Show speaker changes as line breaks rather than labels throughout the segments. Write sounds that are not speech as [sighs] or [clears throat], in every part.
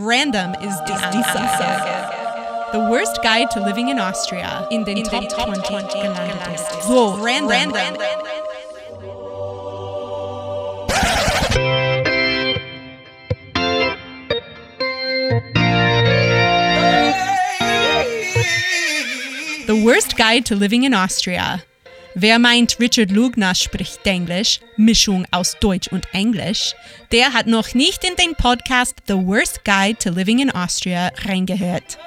Random is die Ansage. The worst guide to living in Austria in den Top, Top 20 gelandet ist. So, random. random. The worst guide to living in Austria. Wer meint, Richard Lugner spricht Englisch, Mischung aus Deutsch und Englisch, der hat noch nicht in den Podcast The Worst Guide to Living in Austria reingehört.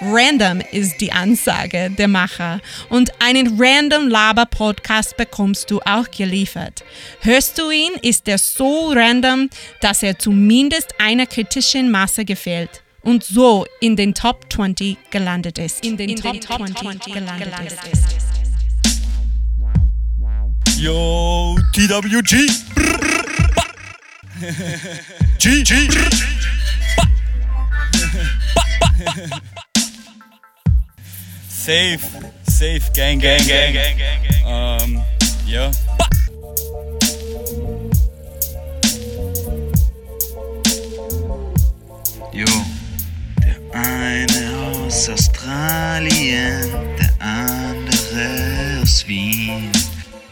Random ist die Ansage der Macher und einen Random Laber Podcast bekommst du auch geliefert. Hörst du ihn, ist er so random, dass er zumindest einer kritischen Masse gefällt und so in den Top 20 gelandet ist. In den, in Top, den Top 20, 20 gelandet, gelandet ist. ist.
Yo, TWG. Brr, brr, ba. G, G. brr, ba. Ba, ba, ba, ba. Safe, safe, gang, gang, gang, gang, gang, gang. Um, yeah. Ba.
Jo, der eine aus Australien, der andere aus Wien.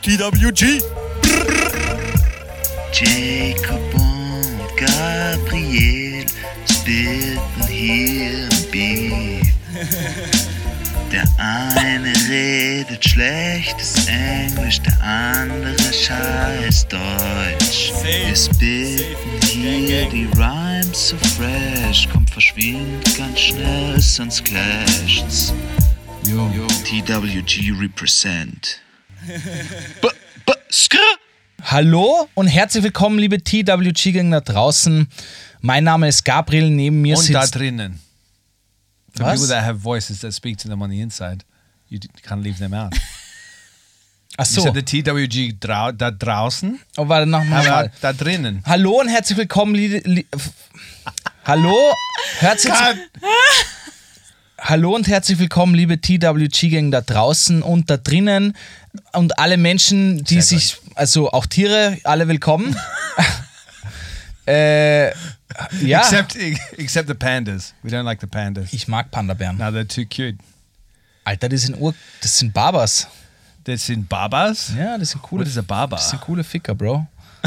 TWG. Brr, brr.
Jacob und Gabriel spitten hier im Beef. Der eine redet schlechtes Englisch, der andere scheiß Deutsch. Wir spitten hier die Rhymes so fresh, kommt verschwind ganz schnell, sonst clasht's.
Yo.
TWG represent.
B -b -skr. Hallo und herzlich willkommen, liebe TWG-Gänger da draußen. Mein Name ist Gabriel, neben mir
Und
sitzt...
da drinnen. For
Was?
people that have voices that speak to them on the inside, you d- can't leave them out.
Ach
You
so,
said the TWG drau da draußen,
oh, warte,
aber
nochmal.
da drinnen.
Hallo und herzlich willkommen, li li f- Hallo, herzlich... Hallo und herzlich willkommen, liebe TWG-Gang da draußen und da drinnen und alle Menschen, die sich, also auch Tiere, alle
[laughs]
willkommen. äh, ja,
Except, except the pandas. We don't like the pandas.
ich mag Panda-Bären.
No, they're too cute.
Alter, die sind Ur... Das sind Barbas.
Das sind Babas.
Ja, das sind coole...
What is a Baba?
Das sind coole Ficker, Bro. [laughs]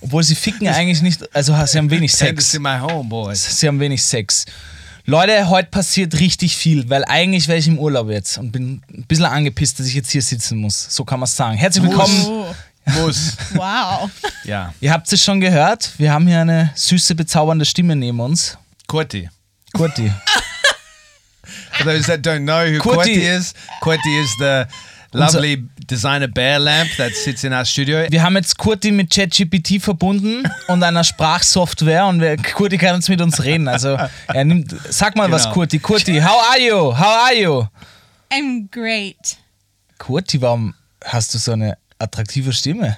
Obwohl sie ficken ja eigentlich nicht, also sie haben wenig
Pandas
Sex.
in my home, boy.
Sie haben wenig Sex. Leute, heute passiert richtig viel, weil eigentlich wäre ich im Urlaub jetzt und bin ein bisschen angepisst, dass ich jetzt hier sitzen muss. So kann man es sagen. Herzlich willkommen.
Oh,
Muss.
wow.
Ja.
Ihr habt es schon gehört, wir haben hier eine süße, bezaubernde Stimme neben uns.
Kurti.
Kurti.
For those that don't know who
Kurti.
Kurti, is, Kurti is the lovely designer bear lamp that sits in our studio.
Wir haben jetzt Kurti mit ChatGPT verbunden und einer Sprachsoftware und wir, Kurti kann jetzt mit uns reden. Also er nimmt, sag mal was,
Genau.
Kurti. Kurti, how are you? How are you?
[laughs] I'm great.
Kurti, warum hast du so eine attraktive Stimme?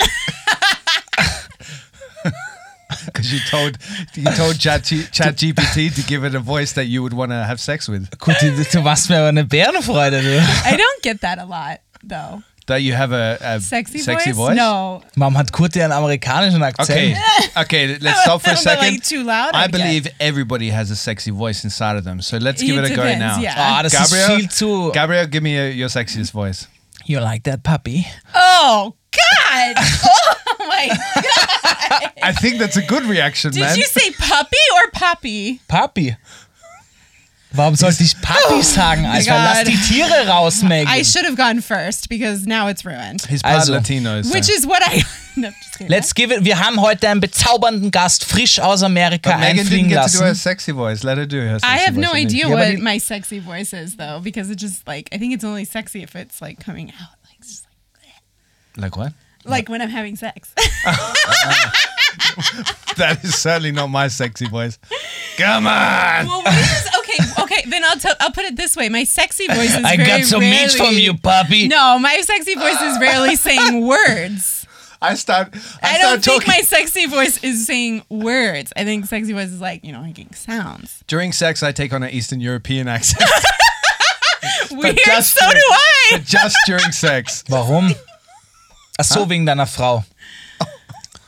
Because you told you told ChatGPT Chat GPT to give it a voice that you would want to have sex with.
Kurti, du- du machst mir aber eine Bärenfreude, du.
I don't get that a lot, though.
That you have a, a
Sexy,
sexy voice?
No.
Mom hat Kurti einen amerikanischen Akzent.
[laughs]
Okay. Okay. Let's stop for a
Am I,
second.
like, too loud?
I
I guess.
believe everybody has a sexy voice inside of them. So let's give
It
it, a go
depends,
now.
yeah.
Ah, das ist viel zu.
Gabriel, give me your- your sexiest voice.
You like that puppy?
Oh [laughs] God! Oh my!
I think that's a good reaction,
Did
man.
you say puppy or poppy?
Puppy. Warum sollte ich Papi sagen? Also
God.
lass die Tiere raus,
I
Megan.
should have gone first because now it's ruined.
He's part
Also-
Latino, so.
Which is what I. [laughs] No, I'm just kidding.
Let's give it. Wir haben heute einen bezaubernden Gast frisch aus Amerika
But Megan
einfliegen
didn't get to do her
lassen.
sexy voice. Let her do her. Sexy
I have
voice,
no
mean.
idea
Yeah, but
what
it-
my sexy voice is though because it just like I think it's only sexy if it's like coming out like it's just
Like what?
like, like when I'm having
[laughs]
sex.
That is certainly not my sexy voice. Come on.
well, what is okay? Okay, then I'll t- I'll put it this way: my
[laughs]
sexy voice is
I
very
got some
rarely,
meat from you, puppy.
No, my sexy voice is
[laughs]
rarely saying words.
I start. I,
I
start
don't
talking
think my sexy voice is saying words. I think sexy voice is like, you know, making sounds.
during sex. I take on an Eastern European accent. [laughs]
Weird,
just
so do
like-
I.
[laughs]
just during sex.
Warum? Ach so, wegen deiner Frau.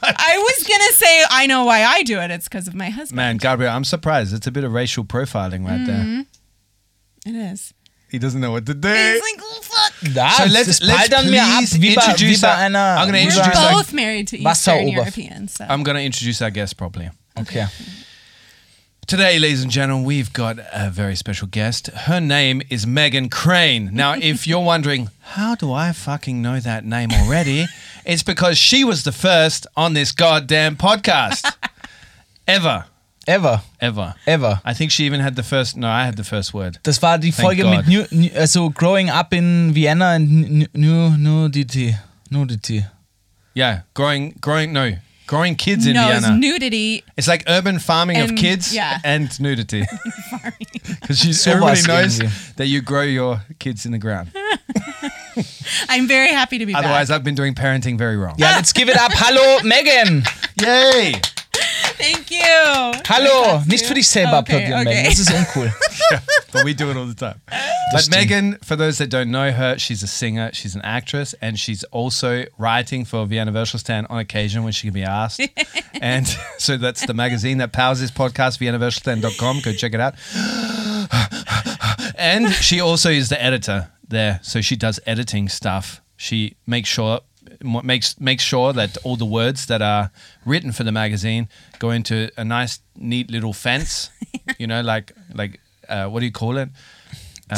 I was gonna say I know why I do it. It's because of my husband.
Man, Gabriel, I'm surprised. It's a bit of racial profiling right
Mm-hmm.
there.
It is.
He doesn't know what to do.
He's like, oh, fuck.
Da,
So
so
let's-
das
let's
baldern wir ab,
please
wie bei, wie
introduce
bei
our-
einer...
I'm gonna
wie
We're
introduce
bei-
our-
both married to Eastern
Wasseroberf-
Europeans. So.
I'm going to introduce our guest properly.
Okay.
Today, ladies and gentlemen, we've got a very special guest. Her name is Megan Crane.
[laughs]
Now, if you're wondering, how do I fucking know that name already? It's because she was the first on this
[laughs]
goddamn podcast. ever.
Ever.
Ever.
Ever.
I think she even had the first. No, I had the first word.
Das war die
Thank
Folge mit
God.
New, New, also Growing Up in Vienna and N- N- New Nudity. Nudity.
Yeah, growing, growing. No, growing kids in
no, it's
Vienna.
nudity.
It's like urban farming of
And-
kids
yeah.
and
[laughs]
nudity. Because
So
everybody
was
knows
irgendwie.
that you grow your kids in
[laughs]
the ground.
I'm very happy to be
Otherwise,
back.
I've been doing parenting very wrong.
Ja, let's give it up. Hallo,
[laughs]
Megan.
Yay!
Thank you.
Hallo.
That's
Nicht
you.
für dich selber
Okay,
applaudieren,
okay.
Megan. Das ist
[laughs]
uncool.
but we do it all
[laughs]
the time.
Das
But
stimmt.
Megan, for those that don't know her, she's a singer, she's an actress, and she's also writing for Vienna Stand on occasion when she can be asked.
[laughs]
and [laughs] so that's the magazine that powers this podcast, viennaversalstand.com. Go check it out. and she also is the editor there, so she does editing stuff. She makes sure mo- makes makes sure that all the words that are written for the magazine go into a nice, neat little fence. you know, like like uh, what do you call it?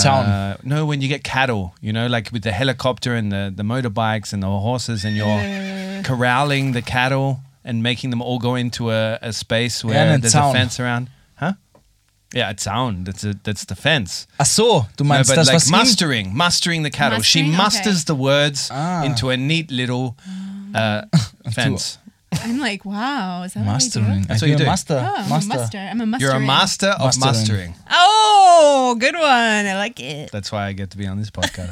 Town.
Uh, no, when you get cattle, you know, like with the helicopter and the, the motorbikes and the horses, and you're corralling the cattle and making them all go into a, a space where
and a
there's
town.
a fence around. Huh? Yeah, a town. That's a, that's the fence.
Ach so, du
No,
meinst
but
das,
like
was ihm,
mustering, mustering the cattle. she
Mustering?
musters
Okay.
the words
Ah.
into a neat little uh, fence.
I'm like, wow. Is that
Mastering.
That's
I
what you
do.
do. Ah,
What I do? Oh,
Master. Master.
I'm a master. I'm a master.
You're a master of
Mustering.
mustering.
Oh, good one. I like it.
That's why I get to be on this podcast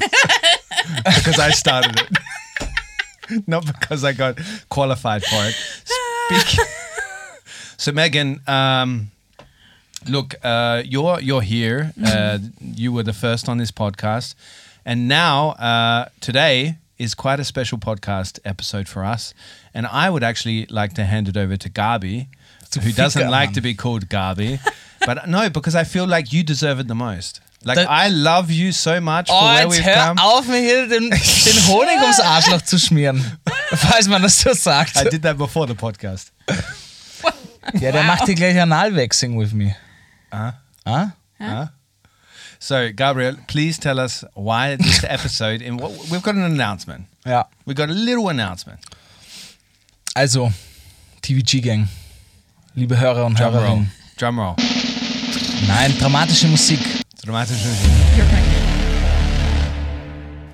because I started it, [laughs] not because I got qualified for it. Speak- [laughs] so, Megan, um, look, uh, you're you're here. Uh, you were the first on this podcast, and now uh, today is quite a special podcast episode for us. And I would actually like to hand it over to Gabi, who doesn't
Ficker,
like
Mann.
to be called [laughs] Gabi, but no, because I feel like you deserve it the most. Like
That-
I love you so much for
Oh,
where
jetzt
we've
hör
come.
auf, mir hier den, den Honig
[laughs]
ums Arschloch zu schmieren. Falls man das so sagt.
I did that before the podcast.
Ja, der macht dir gleich Analwaxing with me. Ah?
So, Gabriel, please tell us why [laughs] this episode. And what, we've got an announcement.
Ja.
We've got a little announcement.
Also, TVG Gang. Liebe Hörer und
Drum roll.
Hörerinnen.
Drum roll.
Nein, dramatische Musik.
Dramatische
You're pregnant.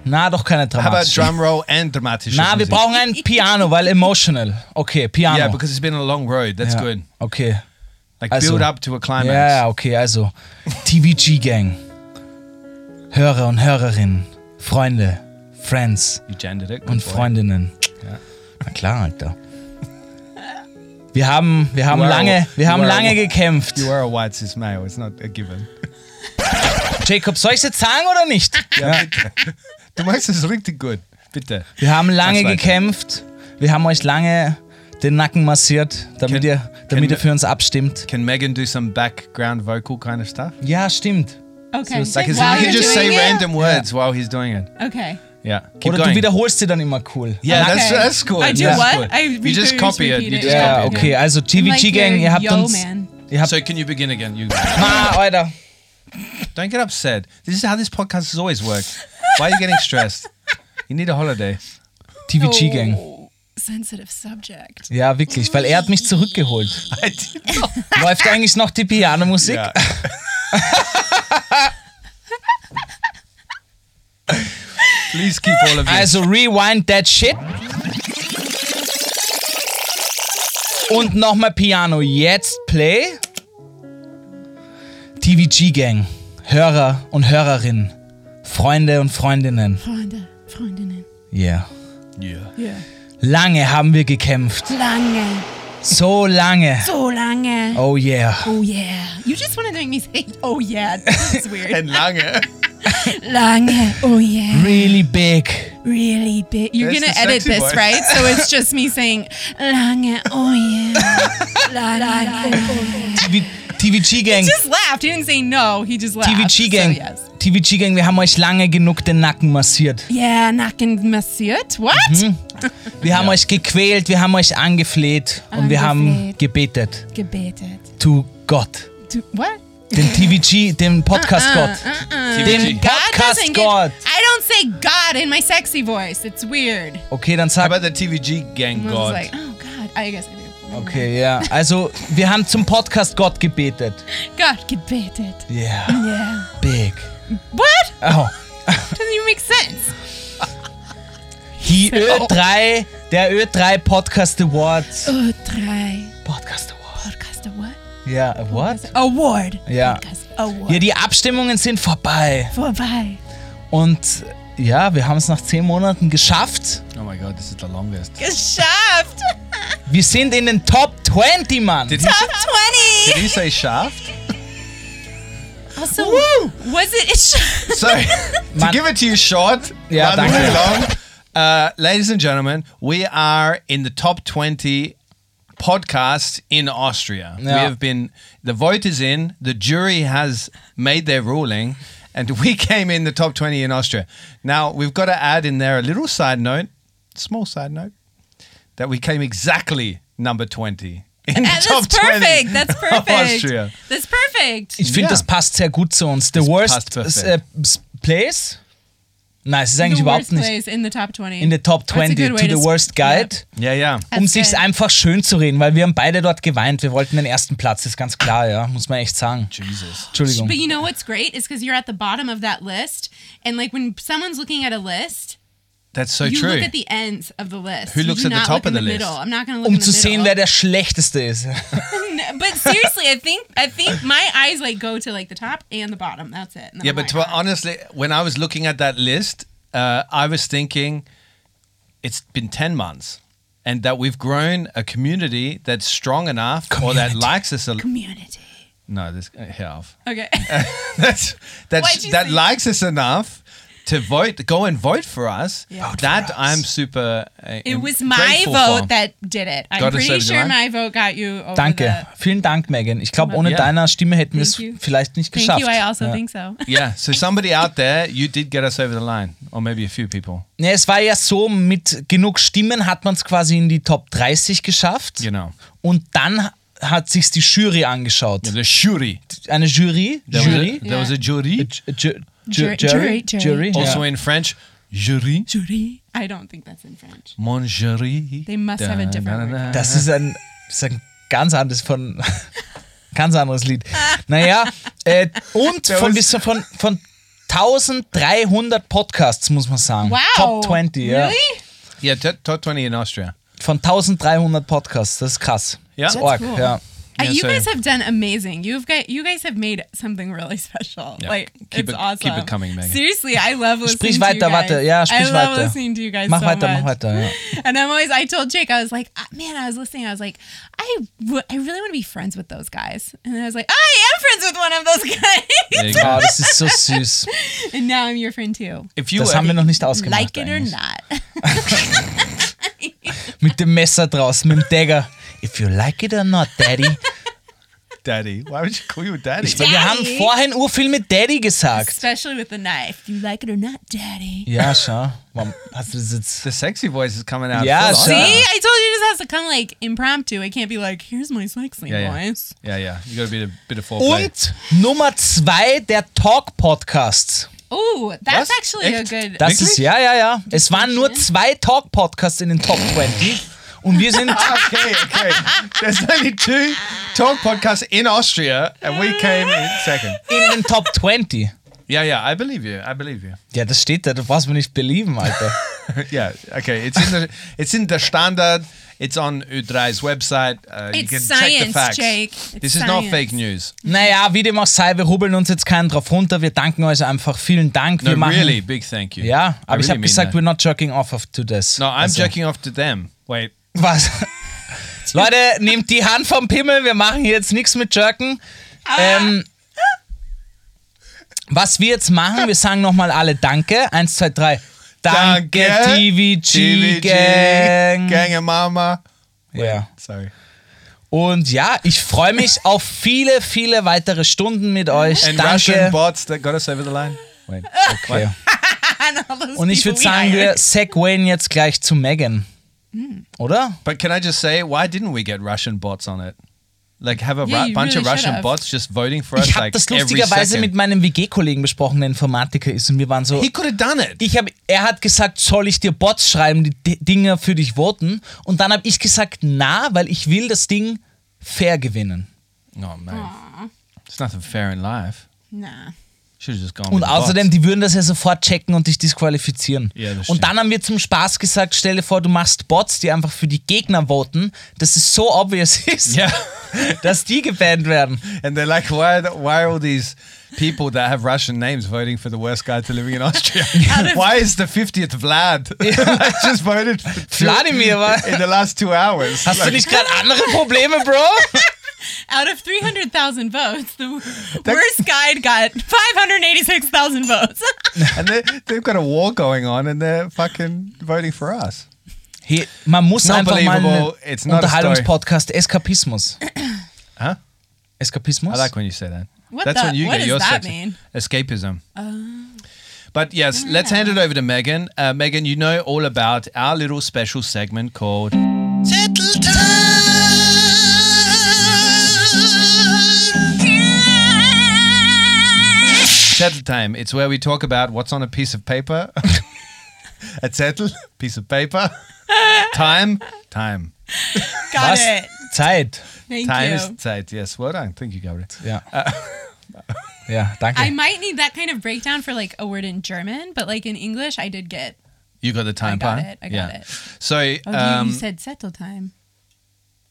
Na, doch keine
How about
dramatische.
drum roll and dramatische
Na, wir
Musik?
brauchen ein Piano, weil emotional. Okay, Piano.
Yeah, because it's been a long road. That's
Ja,
good.
Okay.
Like
Also-
build up to a climax.
Ja, okay, also TVG Gang. Hörer und Hörerinnen, Freunde, Friends
You gendered it. good
und
boy.
Freundinnen. Na klar, Alter. Wir haben, wir haben
You are-
lange, wir
you
haben
are-
lange gekämpft.
You are a white cis male. It's not a given.
Jacob, soll ich jetzt sagen oder nicht?
Ja, bitte. Du machst es richtig gut. Bitte.
Wir haben lange
weiter.
gekämpft. Wir haben euch lange den Nacken massiert, damit
Can-
ihr, damit
can-
ihr für uns abstimmt.
Can Megan do some background vocal kind of stuff?
Ja, stimmt.
Okay.
it's
Like, is
While
you
you're
can just say
doing it?
random words while he's doing it.
Okay.
Yeah. Keep
oder
going.
du wiederholst sie dann immer cool.
yeah, that's,
Okay.
that's cool.
I do
That's
what?
cool.
I
you just
reproduce,
copy it.
repeat
You
it.
just
Ja,
copy
okay, also TVG
Like
Gang,
your
ihr habt
yo,
uns.
man.
Ihr
it.
habt,
So can you begin again? You
ah, Alter.
don't get upset. This is how this podcast has always worked. Why are you getting stressed? You need a holiday.
TVG Gang.
Oh, sensitive subject.
Ja, wirklich, weil er hat mich zurückgeholt.
I did
Läuft eigentlich noch die Pianomusik?
Yeah. [laughs] Please keep all of this.
Also rewind that shit. Und nochmal Piano. Jetzt play. TVG Gang. Hörer und Hörerinnen. Freunde und Freundinnen.
Freunde, Freundinnen.
Yeah.
yeah.
Yeah.
Lange haben wir gekämpft.
Lange.
So lange.
So lange.
Oh yeah.
[laughs]
Oh yeah. You just want to make me say, oh yeah. This is weird.
And lange.
Lange. Oh yeah.
Really big.
Really big. You're
That's
gonna
the
edit
sexy
this,
voice.
right? So [laughs] it's just me saying Lange. Oh yeah. Lange. Oh yeah.
TV, TVG Gang.
Just laughed. He didn't say no. He just laughed.
TVG Gang.
So, yes.
TVG Gang, wir haben euch lange genug den Nacken massiert.
Yeah, Nacken massiert. What?
Wir haben euch gequält, wir haben euch angefleht und wir haben
Angefleht.
gebetet.
Gebetet.
To Gott.
Du, what?
Den TVG, den Podcast-Gott. Den
TVG.
God doesn't get-
Podcast-Gott.
I don't say God in my sexy voice. It's weird.
Okay, dann
How
sag
about the TVG gang
I was
god?
like, oh God. Oh. I guess I do.
Okay, ja. Also, wir haben zum Podcast Gott gebetet.
God gebetet.
Yeah.
Yeah.
Big.
What?
Oh.
Doesn't even make sense.
Die Ö3, der Ö3 Podcast Awards.
Oh, drei.
Podcast Award.
Podcast Award.
Ja, Award?
Award.
Ja.
Podcast Award.
Ja, die Abstimmungen sind vorbei.
Vorbei.
Und ja, wir haben es nach zehn Monaten geschafft.
Oh my god, this is the
[laughs]
longest.
Geschafft.
Wir sind in den Top 20, Mann.
Did he,
Top 20.
did he say shaft?
Also, was it? It's [laughs]
Sorry. to
Man-
give it to you short,
Yeah,
not
thank
really
you.
long. Uh, ladies and gentlemen, we are in the top 20 podcasts in Austria. We
Yeah.
have been, the vote is in, the jury has made their ruling, and we [laughs] came in the top 20 in Austria. Now, we've got to add in there a little side note, small side note, that we came exactly number 20 in the
Uh, That's
top 20
perfect. That's
[laughs] of
perfect.
Austria.
That's perfect.
Ich finde,
Ja.
das passt sehr gut zu uns. The
Das
worst
passt perfekt.
äh, s- place? Nein, es ist eigentlich
the
überhaupt
worst
nicht.
place in the top 20.
In the Top
That's a
20
good
to
way
the
s-
worst guide.
Yeah, yeah.
um
Erzähl.
sich's einfach schön zu reden, weil wir haben beide dort geweint. Wir wollten den ersten Platz, ist ganz klar, ja, muss man echt sagen.
Jesus.
Entschuldigung.
But you know what's great is because you're at the bottom of that list, and like when someone's looking at a list,
That's so
you
true.
look at the ends of the list.
Who
You
looks
do
at the
not
top
look
of
in
the list? Oh,
middle. I'm not going to look.
Um
in the
zu sehen,
[laughs] middle.
wer der
[laughs]
Schlechteste ist.
But seriously, I think I think my eyes like go to like the top and the bottom. That's it. And then
Yeah,
I'm
but
like, "Oh,
to- honestly, when I was looking at that list, uh, I was thinking it's been 10 months and that we've grown a community that's strong enough or that
Community.
likes us a
community.
No, this yeah, off. [laughs]
Okay.
that's
Why'd
that's
you
that
say-
likes us enough to vote go and vote for us.
Yeah. Vote
that
for us.
I'm super uh,
It was my
grateful
vote
for.
that did it. I'm
Gotta
pretty
save the
sure
line.
my vote got you over
Danke.
the-
Vielen Dank, Megan. Ich glaube, ohne
Ja.
deiner Stimme hätten wir es
Thank you.
vielleicht nicht
Thank
geschafft.
you. I also
ja.
think so.
Yeah, so somebody out there, you did get us over the line or maybe a few people,
Nee, Ne, es war ja so, mit genug Stimmen hat man es quasi in die Top 30 geschafft.
you know.
Und dann hat sich's die Jury angeschaut.
The jury.
Eine Jury?
There
Jury?
was a, there was a jury.
Äh, Ju- Ju-
Jury- Jury- Jury.
Jury?
Also
ja.
in French, jury.
Jury. I don't think that's in French.
Mon jury.
They must have a different word.
Das ist ein, das ist ein ganz anderes von [laughs] ganz anderes Lied. Naja, äh, und
Der
von,
was-
bis- von, von 1300 Podcasts, muss man sagen.
Wow.
Top 20, ja.
Really?
Yeah, t- top 20 in Austria.
Von 1300 Podcasts, das ist krass.
Ja.
Das ist
That's
arg,
cool.
ja.
Uh,
Yeah,
you
so-
guys have done amazing. You've got you guys have made something really [laughs] special.
Yeah.
Like it's
Keep it-
awesome.
keep it coming, Megan.
Seriously, I love listening
Sprich
to you
weiter,
guys.
warte. Ja,
I
sprich
love
weiter.
listening to you guys
Mach
so
weiter,
much.
mach weiter, ja.
And I'm always I told Jake I was like "Ah, man I was listening I was like I w- I really want to be friends with those guys and then I was like I am friends with one of those [laughs]
There you
guys
go.
Ah, das ist so süß.
and now I'm your friend too.
If you
Das
were-
haben wir noch nicht ausgemacht.
like it or
eigentlich.
not.
Mit dem Messer draußen, mit dem Dagger. If you like it or not, Daddy.
daddy, why would you call you daddy?
Ich, wir haben vorhin urviel mit Daddy gesagt.
Especially with the knife. Do you like it or not, Daddy?
Ja, schau. Warum Hast du das jetzt
the sexy voice is coming out.
Yeah,
full on.
sure.
See,
Yeah.
I told you it just has to come like impromptu. It can't be like, here's my sexy
Yeah, yeah.
voice.
Yeah, yeah. You got to be a bit of foreplay.
Und Nummer zwei der Talk-Podcast.
Oh, that's
Was?
actually
Echt?
a good.
Das
Wirklich?
ist, ja, ja, ja. Es waren nur zwei Talk-Podcasts in den Top 20. Und wir [laughs] sind,
okay, okay. There's only two talk podcasts in Austria, and we came in second.
in den Top 20.
Yeah, yeah. I believe you. I believe you.
Ja, das steht da, du brauchst mir nicht belieben, Alter.
yeah. Okay. It's in the it's in the standard. It's on Udrai's website. Uh, you
It's
can check the
science,
facts.
Jake. It's
this is
science.
not fake news.
Naja, wie dem auch sei, wir rubbeln uns jetzt keinen drauf runter. Wir danken euch einfach. Vielen Dank.
No,
Wir machen,
really. Big thank you.
Ja, aber
I really
ich habe
mean
gesagt,
that.
we're not jerking off of to this.
No, I'm
Also,
jerking off to them. Wait.
Was? Leute, nehmt die Hand vom Pimmel. Wir machen hier jetzt nichts mit Jerken. Ähm, Was wir jetzt machen, wir sagen nochmal alle Danke. Eins, zwei, drei. Danke, TVG Gang.
Gang and Mama.
Ja.
Sorry.
Und ja, ich freue mich auf viele, viele weitere Stunden mit euch.
And Russian
Danke.
bots that got us over the line. Wait.
Okay. Und
Und
ich würde
E
sagen, wir segwayen jetzt gleich zu Megan.
Hm.
Oder?
But can I just say, why didn't we get Russian bots on it? Like, have a
Yeah,
ra-
you
bunch
really
of
should
Russian
have.
bots just voting for
Ich
us
habe
like
das
every
lustigerweise
second.
mit meinem WG-Kollegen besprochen, der Informatiker ist. Und wir waren so.
he could have done it.
Ich hab, er hat gesagt, soll ich dir Bots schreiben, die D Dinge für dich voten? Und dann habe ich gesagt, na, weil ich will das Ding fair gewinnen.
Oh man, it's nothing fair in life.
Na.
Should have just gone. with
Und
the
außerdem,
bots.
die würden das ja sofort checken und dich disqualifizieren.
Ja, das
und
stimmt.
dann haben wir zum Spaß gesagt, stell dir vor, du machst Bots, die einfach für die Gegner voten, dass es so obvious [laughs] ist,
[laughs] yeah.
dass die gebannt werden.
and they're like, why? Are the, why are all these people that have Russian names voting for the worst guy to living
[laughs]
in Austria? why is the fiftieth Vlad [laughs] I just voted for two-
Vladimir, wa?
in the last
[laughs]
two hours?
Hast du
Like,
nicht gerade andere Probleme,
[laughs]
Bro?
Out of 300,000 votes, the worst guide got 586,000 votes. [laughs]
and they, they've got a war going on, and they're fucking voting for us.
Hey, man muss
Not
einfach mal einen
believable. It's not a
Unterhaltungspodcast Eskapismus.
Huh?
Eskapismus?
I like when you say that.
What
That's
the-
when you
what
get
does
your
that
section.
mean? Oh. Hmm.
Escapism. but yes, let's hand it over to Megan. Uh, Megan, you know all about our little special segment called. Settle time. It's where we talk about what's on a piece of
[laughs]
paper. a settle, piece of paper. time, time.
Got
Was?
it.
Zeit.
Thank
Time
you.
is Zeit. Yes, well done. Thank you, Gabriel.
Ja. ja, danke.
I might need that kind of breakdown for like a word in German, but like in English, I did get.
You got the time
got
part?
it, I got it.
So,
Oh, you,
um,
you said settle time.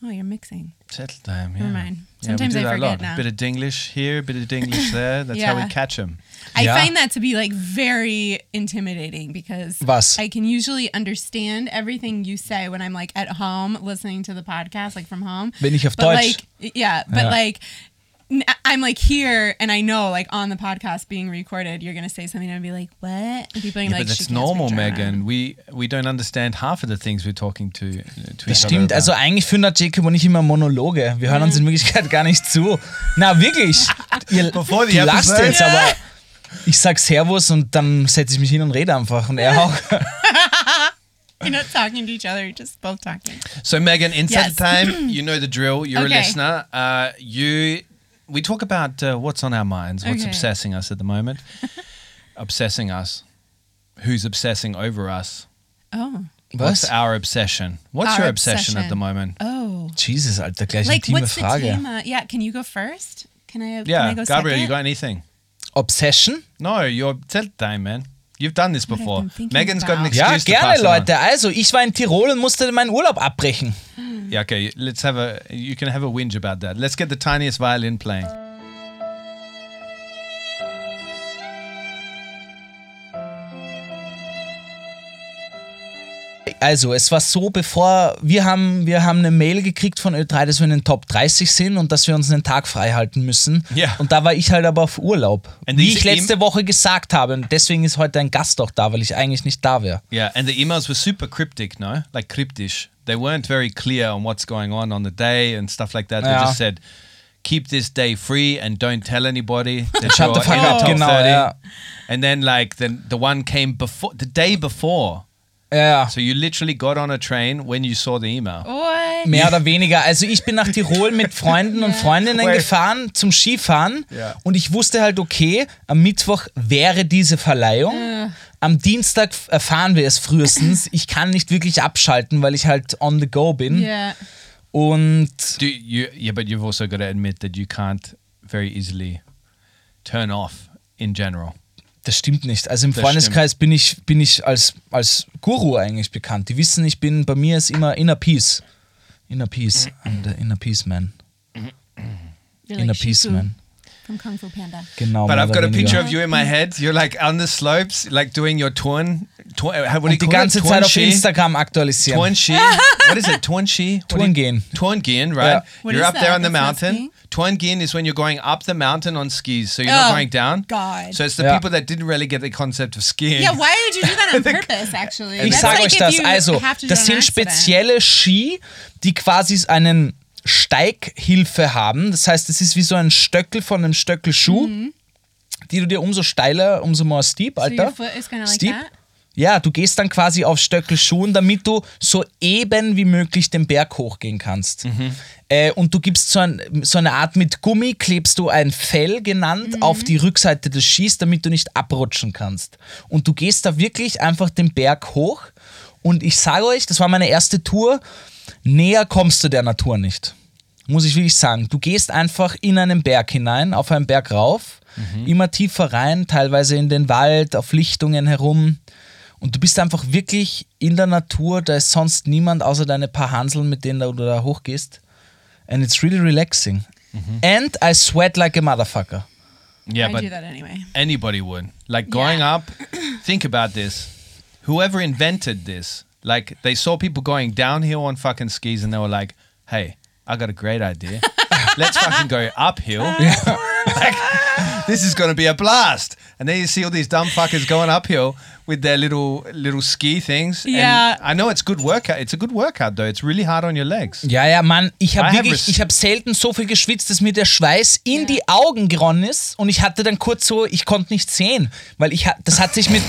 Oh, you're mixing.
settle time. Yeah.
Never mind.
Yeah, we
Sometimes
do
I
that a
forget
lot.
now.
Bit of Dinglish here, bit of
[laughs]
Dinglish there. That's how
Yeah.
we catch them.
I
Yeah.
find that to be like very intimidating because
Was?
I can usually understand everything you say when I'm like at home listening to the podcast, like from home.
Wenn ich auf
but
Deutsch-
Like, yeah, but
Ja.
like n- I'm like here and I know like on the podcast being recorded, you're gonna say something and I'll be like, what? And people are gonna
Yeah,
be like,
but
"She can't
that's
speak
normal,
German."
Megan. We we don't understand half of the things we're talking to. to
Das
each other
stimmt,
about.
also eigentlich führen da Jacob und ich immer Monologe. Wir hören uns in Wirklichkeit gar nicht zu. Na, wirklich. Ihr
[laughs]
Bevor die
ihr lasst
Episode-
jetzt, aber ich sag Servus und dann setze ich mich hin und rede einfach. Und er auch.
You're not talking to each other, you're just both talking.
So, Megan, in
Yes. [clears throat]
set time, you know the drill. You're
Okay.
a listener. Uh, you, we talk about uh, what's on our minds, what's
Okay.
obsessing us at
[laughs]
the moment, obsessing us, who's obsessing over us.
Oh.
What's
Was?
our obsession? What's
Our
your obsession, at the
obsession.
moment?
Oh.
Jesus, Alter, gleich
Like
intime
what's the
Frage.
Thema? Yeah, can you go first? Can I can
Yeah,
I go
Gabriel,
second?
you got anything?
Obsession?
No, your set time, man. You've done this
I've
before.
been thinking
Megan's got
about.
an excuse
Ja,
to
gerne,
pass it on.
Leute. Also, ich war in Tirol und musste meinen Urlaub abbrechen.
Yeah, okay. Let's have a. You can have a whinge about that. Let's get the tiniest violin playing.
Also, es war so, bevor wir haben, wir haben eine Mail gekriegt von Ö3, dass wir in den Top 30 sind und dass wir uns einen Tag frei halten müssen.
Ja.
Und da war ich halt aber auf Urlaub.
And
wie
these
ich letzte
em-
Woche gesagt habe. Und deswegen ist heute ein Gast auch da, weil ich eigentlich nicht da wäre.
Yeah, and the emails were super cryptic, no? Like cryptish. They weren't very clear on what's going on on the day and stuff like that.
Yeah.
They just said, "Keep this day free and don't
[laughs]
tell anybody." That
Shut the
you're
fuck
in the
up,
top
genau,
30."
yeah.
And then like then the one came before the day before.
Ja.
So you literally got on a train when you saw the email.
what?
Mehr oder weniger. Also ich bin nach Tirol mit Freunden und Freundinnen
Wait.
gefahren zum Skifahren
Ja.
und ich wusste halt, okay, am Mittwoch wäre diese Verleihung. Am Dienstag f- erfahren wir es frühestens. Ich kann nicht wirklich abschalten, weil ich halt on the go bin.
Yeah.
Und
Do you? Yeah, but you've also got to admit that you can't very easily turn off in general.
Das stimmt nicht. Also im
Das
Freundeskreis bin ich, bin ich als, als Guru eigentlich bekannt. Die wissen, ich bin, bei mir ist immer Inner Peace. Inner Peace.
Mhm.
I'm the Inner Peace Man.
You're
Inner
Shih
Peace
Tzu
Man.
From Kung Fu Panda.
Genau.
But
mehr
I've
oder
got a
weniger.
picture of you in my head. You're like on the slopes, like doing your twirn. twirn how- what do
Und
you
die
call it?
ganze Zeit auf
Twirnshi?
Instagram aktualisieren.
Twirnshi. what is it? Twirnshi? What do you-
Twirngehen.
Twirngehen, right?
Yeah.
What
You're
is
up there
that?
on the
That's not
mountain.
skiing?
Tuangin is when you're going up the mountain on skis, so you're not
Oh,
going down.
God.
So it's the
Yeah.
people that didn't really get the concept of skiing.
Yeah, why would you do that on purpose, actually?
Ich
That's
sage
like
euch
if
das.
you
Also,
have to do
das
it on
sind
accident.
spezielle Ski, die quasi einen Steighilfe haben. Das heißt, es ist wie so ein Stöckel von einem Stöckelschuh, die du dir umso steiler, umso more steep,
Mhm. So your
Alter.
foot is kinda like
steep.
that?
Ja, du gehst dann quasi auf Stöckelschuhen, damit du so eben wie möglich den Berg hochgehen kannst. Äh, und du gibst so, ein, so eine Art mit Gummi, klebst du ein Fell genannt auf die Rückseite des Skis, damit du nicht abrutschen kannst. Und du gehst da wirklich einfach den Berg hoch. Und ich sage euch, das war meine erste Tour, näher kommst du der Natur nicht. Muss ich wirklich sagen. Du gehst einfach in einen Berg hinein, auf einen Berg rauf, immer tiefer rein, teilweise in den Wald, auf Lichtungen herum. Und du bist einfach wirklich in der Natur, da ist sonst niemand außer deine paar Hanseln, mit denen du da hochgehst. And it's really relaxing. And I sweat like a motherfucker.
yeah,
I
but
do that anyway.
anybody would. Like going
Yeah.
up, think about this. Whoever invented this, like they saw people going downhill on fucking skis and they were like, hey, I got a
[laughs]
great idea. Let's fucking go uphill. like, this is gonna be a blast. And then you see all these dumb fuckers going uphill with their little little ski things. And
Yeah.
I know it's good workout. It's a good workout though. It's really hard on your legs.
Ja, ja, Mann, ich
I
habe
have
wirklich,
res-
ich habe selten so viel geschwitzt, dass mir der Schweiß in die Augen geronnen ist und ich hatte dann kurz so, ich konnte nicht sehen, weil ich, ha- das hat sich mit,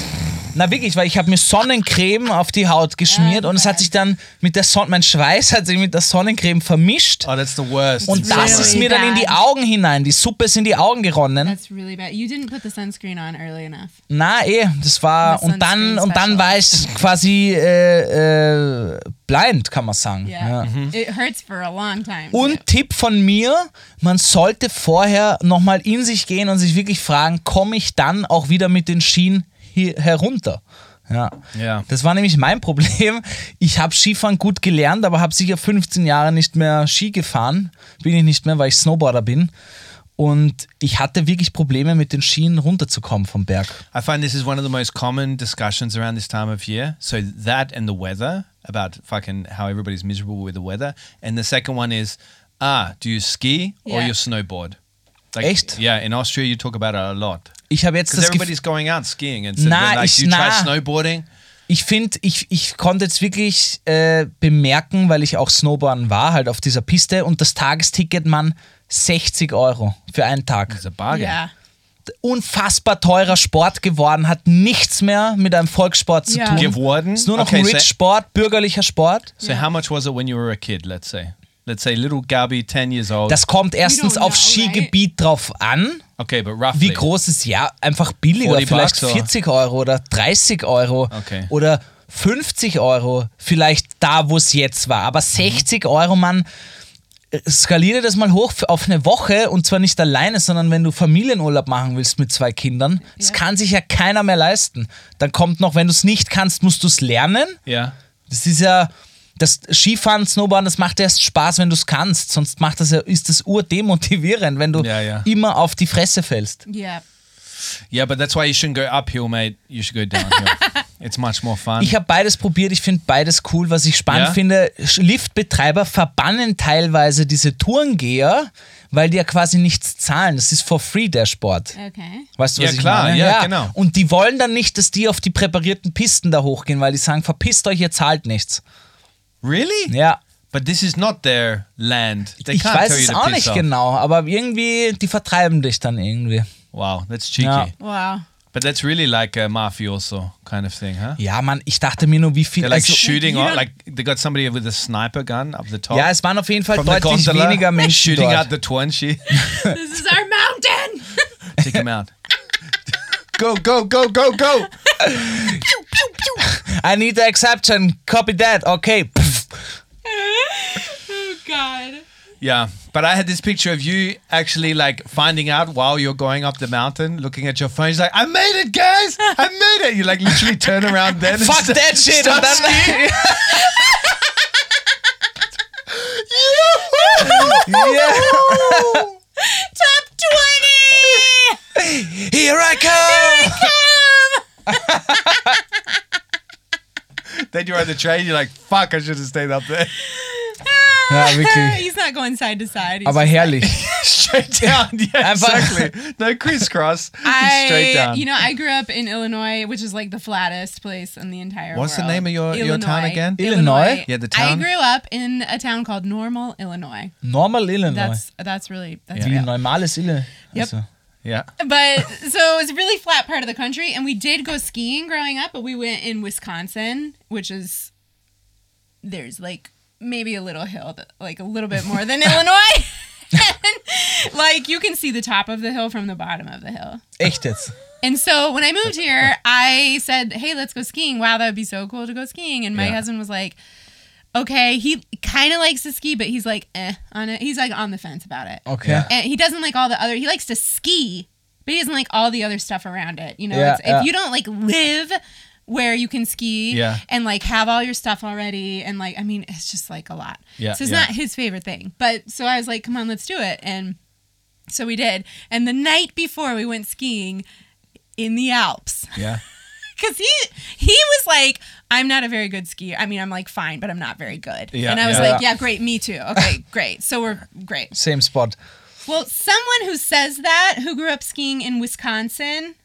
na wirklich, weil ich habe mir Sonnencreme auf die Haut geschmiert und es hat sich dann mit der Sonne, mein Schweiß hat sich mit der Sonnencreme vermischt
Oh, that's the worst.
und das
really
ist mir dann in die
bad.
Augen hinein, die Suppe ist in die Augen geronnen.
That's really bad. You didn't put the sunscreen on early enough.
Na eh, das war
Das
und dann
Sunscreen
und dann
Special.
war ich quasi äh, äh, blind, kann man sagen.
Yeah. Mm-hmm. It hurts for a long time.
Und Tipp von mir, man sollte vorher nochmal in sich gehen und sich wirklich fragen, komme ich dann auch wieder mit den Schienen hier herunter? Ja.
Ja.
Das war nämlich mein Problem. Ich habe Skifahren gut gelernt, aber habe sicher 15 Jahre nicht mehr Ski gefahren. Bin ich nicht mehr, weil ich Snowboarder bin. Und ich hatte wirklich Probleme mit den Schienen runterzukommen vom Berg.
I find this is one of the most common discussions around this time of year. So that and the weather about fucking how everybody's miserable with the weather. And the second one is, ah, do you ski or
Yeah.
you snowboard?
Echt?
Yeah, in Austria you talk about it a lot
Ich habe jetzt
because
das Gefühl,
everybody's going out skiing and so
Nah,
then, like
ich-
you try
nah.
snowboarding.
ich finde, ich, ich konnte jetzt wirklich äh, bemerken, weil ich auch Snowboarden war, halt auf dieser Piste und das Tagesticket, Mann, 60 Euro für einen Tag.
It's a bargain.
yeah.
Unfassbar teurer Sport geworden, hat nichts mehr mit einem Volkssport zu
Ja.
tun.
Geworden?
Ist nur noch
Okay,
ein
so-
Rich-Sport, bürgerlicher Sport.
So how much was it when you were a kid? Let's say, let's say little Gabi, ten years old.
Das kommt erstens
know,
aufs
right?
Skigebiet drauf an.
okay, but roughly.
Wie groß ist ja einfach billiger,
40
vielleicht
Bucks, oder?
40 Euro oder 30 Euro
Okay.
oder 50 Euro, vielleicht da, wo es jetzt war. Aber 60 Euro, Mann, äh, skaliere das mal hoch f- auf eine Woche und zwar nicht alleine, sondern wenn du Familienurlaub machen willst mit zwei Kindern, das
Ja.
kann sich ja keiner mehr leisten. Dann kommt noch, wenn du es nicht kannst, musst du es lernen.
Yeah.
Das ist ja. Das Skifahren, Snowboarden, das macht erst Spaß, wenn du es kannst. Sonst macht das ja, ist das urdemotivierend, wenn du
Ja, ja.
immer auf die Fresse fällst.
Yeah.
Yeah, but that's why you shouldn't go uphill, mate. You should go downhill. it's much more fun.
Ich habe beides probiert, ich finde beides cool. Was ich spannend
Ja?
finde, Sch- Liftbetreiber verbannen teilweise diese Tourengeher, weil die ja quasi nichts zahlen. Das ist for free der Sport.
Okay.
Weißt du, was
Ja,
ich
klar,
meine?
ja, genau.
Und die wollen dann nicht, dass die auf die präparierten Pisten da hochgehen, weil die sagen, verpisst euch, ihr zahlt nichts.
really?
Ja.
But this is not their land. They
ich
can't
weiß
tell you
es
to
auch
piss
nicht
off.
genau, aber irgendwie, die vertreiben dich dann irgendwie.
Wow, that's cheeky.
Ja.
Wow.
But that's really like a mafioso kind of thing, huh?
Ja, Mann, ich dachte mir nur, wie viel.
They're like
also-
shooting
You
on,
don't-
like they got somebody with a sniper gun up the top.
ja, es waren auf jeden Fall
from the
deutlich
gondola, [laughs]
weniger Menschen
shooting
dort.
out
[laughs]
the twenty.
this is our mountain.
Take him out. go, go, go, go, go.
I need the exception. Copy that. Okay. Pff.
[laughs] oh God.
Yeah, but I had this picture of you actually like finding out while you're going up the mountain, looking at your phone. You're like, "I made it, guys! I made it!" You like literally turn around then. and
Fuck
st-
that shit.
start
Und
[laughs]
dann, yeah.
Top twenty.
[laughs] Here I come.
[laughs] Then you're on the train. You're like, "Fuck! I should have stayed up there." [laughs]
Ja, wirklich.
He's not going side to side. He's
Aber herrlich.
straight down. Yeah,
Einfach-
exactly. No crisscross.
I,
It's straight down.
You know, I grew up in Illinois, which is like the flattest place in the entire
What's the
world.
name of your- your town again?
Illinois?
Yeah, the
I
town.
grew up in a town called Normal, Illinois.
Normal Illinois.
That's that's really that's
Wie
real.
normales Illinois.
Yep.
Also,
yeah.
But so it was a really flat part of the country, and we did go skiing growing up, but we went in Wisconsin, which is there's like maybe a little hill, that, like a little bit more than Illinois. [laughs] And, like you can see the top of the hill from the bottom of the hill.
Echt jetzt.
And so when I moved here, I said, "Hey, let's go skiing. Wow, that would be so cool to go skiing." And my
Yeah.
husband was like, "Okay, he kind of likes to ski, but he's like eh on it. He's like on the fence about it.
Okay.
Ja.
And he doesn't like all the other. He likes to ski, but he doesn't like all the other stuff around it. You know,
Yeah,
it's,
yeah.
if you don't like live where you can ski
Yeah.
and like have all your stuff already, and like I mean, it's just like a lot.
Yeah,
so it's
yeah.
not his favorite thing. But so I was like, "Come on, let's do it." And so we did. And the night before we went skiing in the Alps [laughs]
Yeah.
because he he was like i'm not a very good skier i mean i'm like fine but i'm not very good
Yeah,
and i was
yeah.
like yeah great me too okay great so we're great
Same spot.
well someone who says that who grew up skiing in wisconsin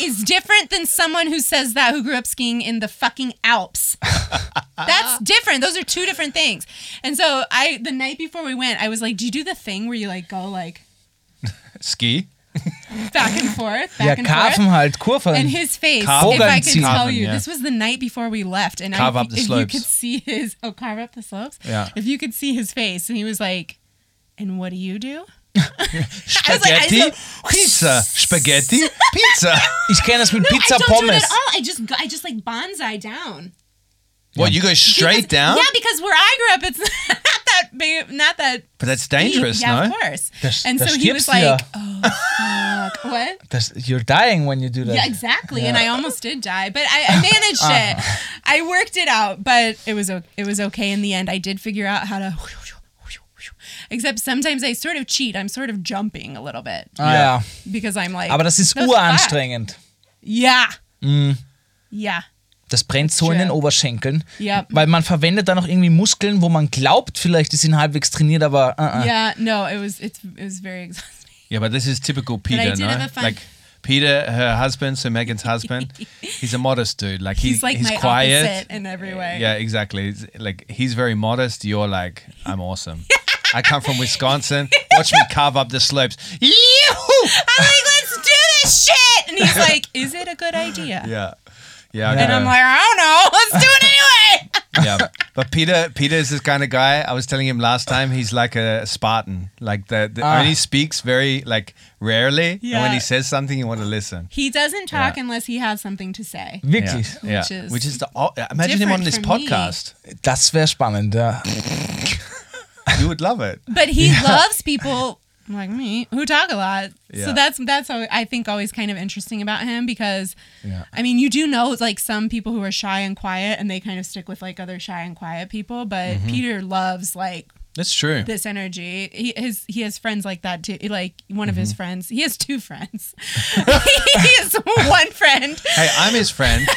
is different than someone who says that who grew up skiing in the fucking alps that's different those are two different things and so i the night before we went i was like do you do the thing where you like go like
Ski.
back and forth back
Ja,
and forth
Karfen halt, Kurven.
and his face,
Carve
if I
and
could
see.
tell
Carve,
you,
yeah.
this was the night before we left, and
Carve
I,
up the
if
slopes.
you could see his, oh, carve up the slopes.
Yeah.
If you could see his face, and he was like, "And what do you do?" [laughs]
Spaghetti. Pizza. Spaghetti. Pizza.
ich kenne das mit Pizza
I don't do it
Pommes.
at all. I just, go- I just like bonsai down.
What, you go
Because-
straight down?
Yeah, because where I grew up, it's [laughs] not that big, not that
But that's dangerous,
deep. Yeah,
no?
of course.
Das-
and
das
so he was
stirbst du ja.
uh,
like, "Oh, fuck, [laughs] what?"
Das, you're dying when you do that.
Yeah, exactly. And I almost did die, but I, I managed it. I worked it out, but it was o- it was okay in the end. I did figure out how to. [laughs] Except sometimes I sort of cheat. I'm sort of jumping a little bit
Ah, ja.
because I'm like.
Aber das ist
"That's
uranstrengend.
flat." Yeah. Yeah.
Das brennt so in den
Sure.
Oberschenkeln.
Ja.
Weil man verwendet da noch irgendwie Muskeln, wo man glaubt, vielleicht die sind halbwegs trainiert, aber uh -uh.
Yeah. No, it was it's, it was very [laughs] exhausting.
Yeah, but this is typical
I
Peter,
did
no?
have a fun-
Like Peter, her husband, so
[laughs]
Megan's husband, he's a modest dude. Like he,
He's like my
quiet.
opposite in every way.
Yeah, exactly. It's like he's very modest. You're like,
[laughs]
I'm awesome. I come from Wisconsin. Watch me carve up the slopes. Yee-hoo!
I'm like, let's do this shit, and he's like, is it a good idea?
Yeah, yeah.
And I'm like, I don't know. Let's do it anyway.
yeah. But Peter, Peter is this kind of guy. I was telling him last time. He's like a Spartan. Like the, the
Ah.
only speaks very like rarely. And when
Yeah.
he says something, you want to listen.
He doesn't talk
Yeah.
unless he has something to say.
Wirklich.
Yeah.
Which
yeah.
is
Which is the oh, imagine him on
different
this
from me.
podcast.
Das wäre spannend, ja.
You would
[laughs]
love it.
But he
[laughs]
loves people like me who talk a lot.
Yeah.
So that's that's al- I think always kind of interesting about him because
Yeah.
I mean you do know like some people who are shy and quiet and they kind of stick with like other shy and quiet people, but
Mm-hmm.
Peter loves like
That's true.
this energy. He his he has friends like that too. Like one of
Mm-hmm.
his friends, he has two friends. [laughs] he has one friend.
Hey, I'm his friend.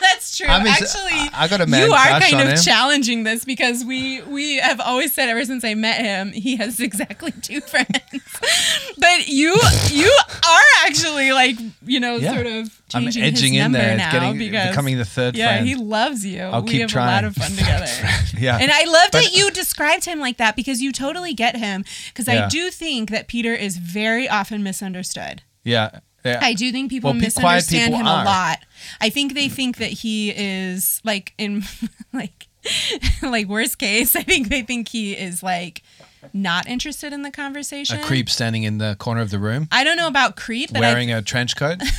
That's true.
I'm his-
Actually,
I- I got a man
you are
crush
kind of
on him.
challenging this because we we have always said ever since I met him he has [laughs] exactly two friends, [laughs] but you you are actually like you know
Yeah.
sort of
I'm
changing
edging
his
in
number
there,
now
getting
because
becoming the third
yeah
friend.
he loves you.
I'll
we
keep
have a
trying.
lot of
[laughs]
fun together.
yeah.
And I love
But-
that you described him like that because you totally get him because
Yeah.
I do think that Peter is very often misunderstood.
yeah. Yeah.
I do think people
Well, pe- quiet
misunderstand
people
him
are.
a lot. I think they think that he is like in [laughs] like like worst case. I think they think he is like not interested in the
a
conversation.
creep standing in the corner of the room
I don't know about creep, but
wearing a trench coat.
I, [laughs]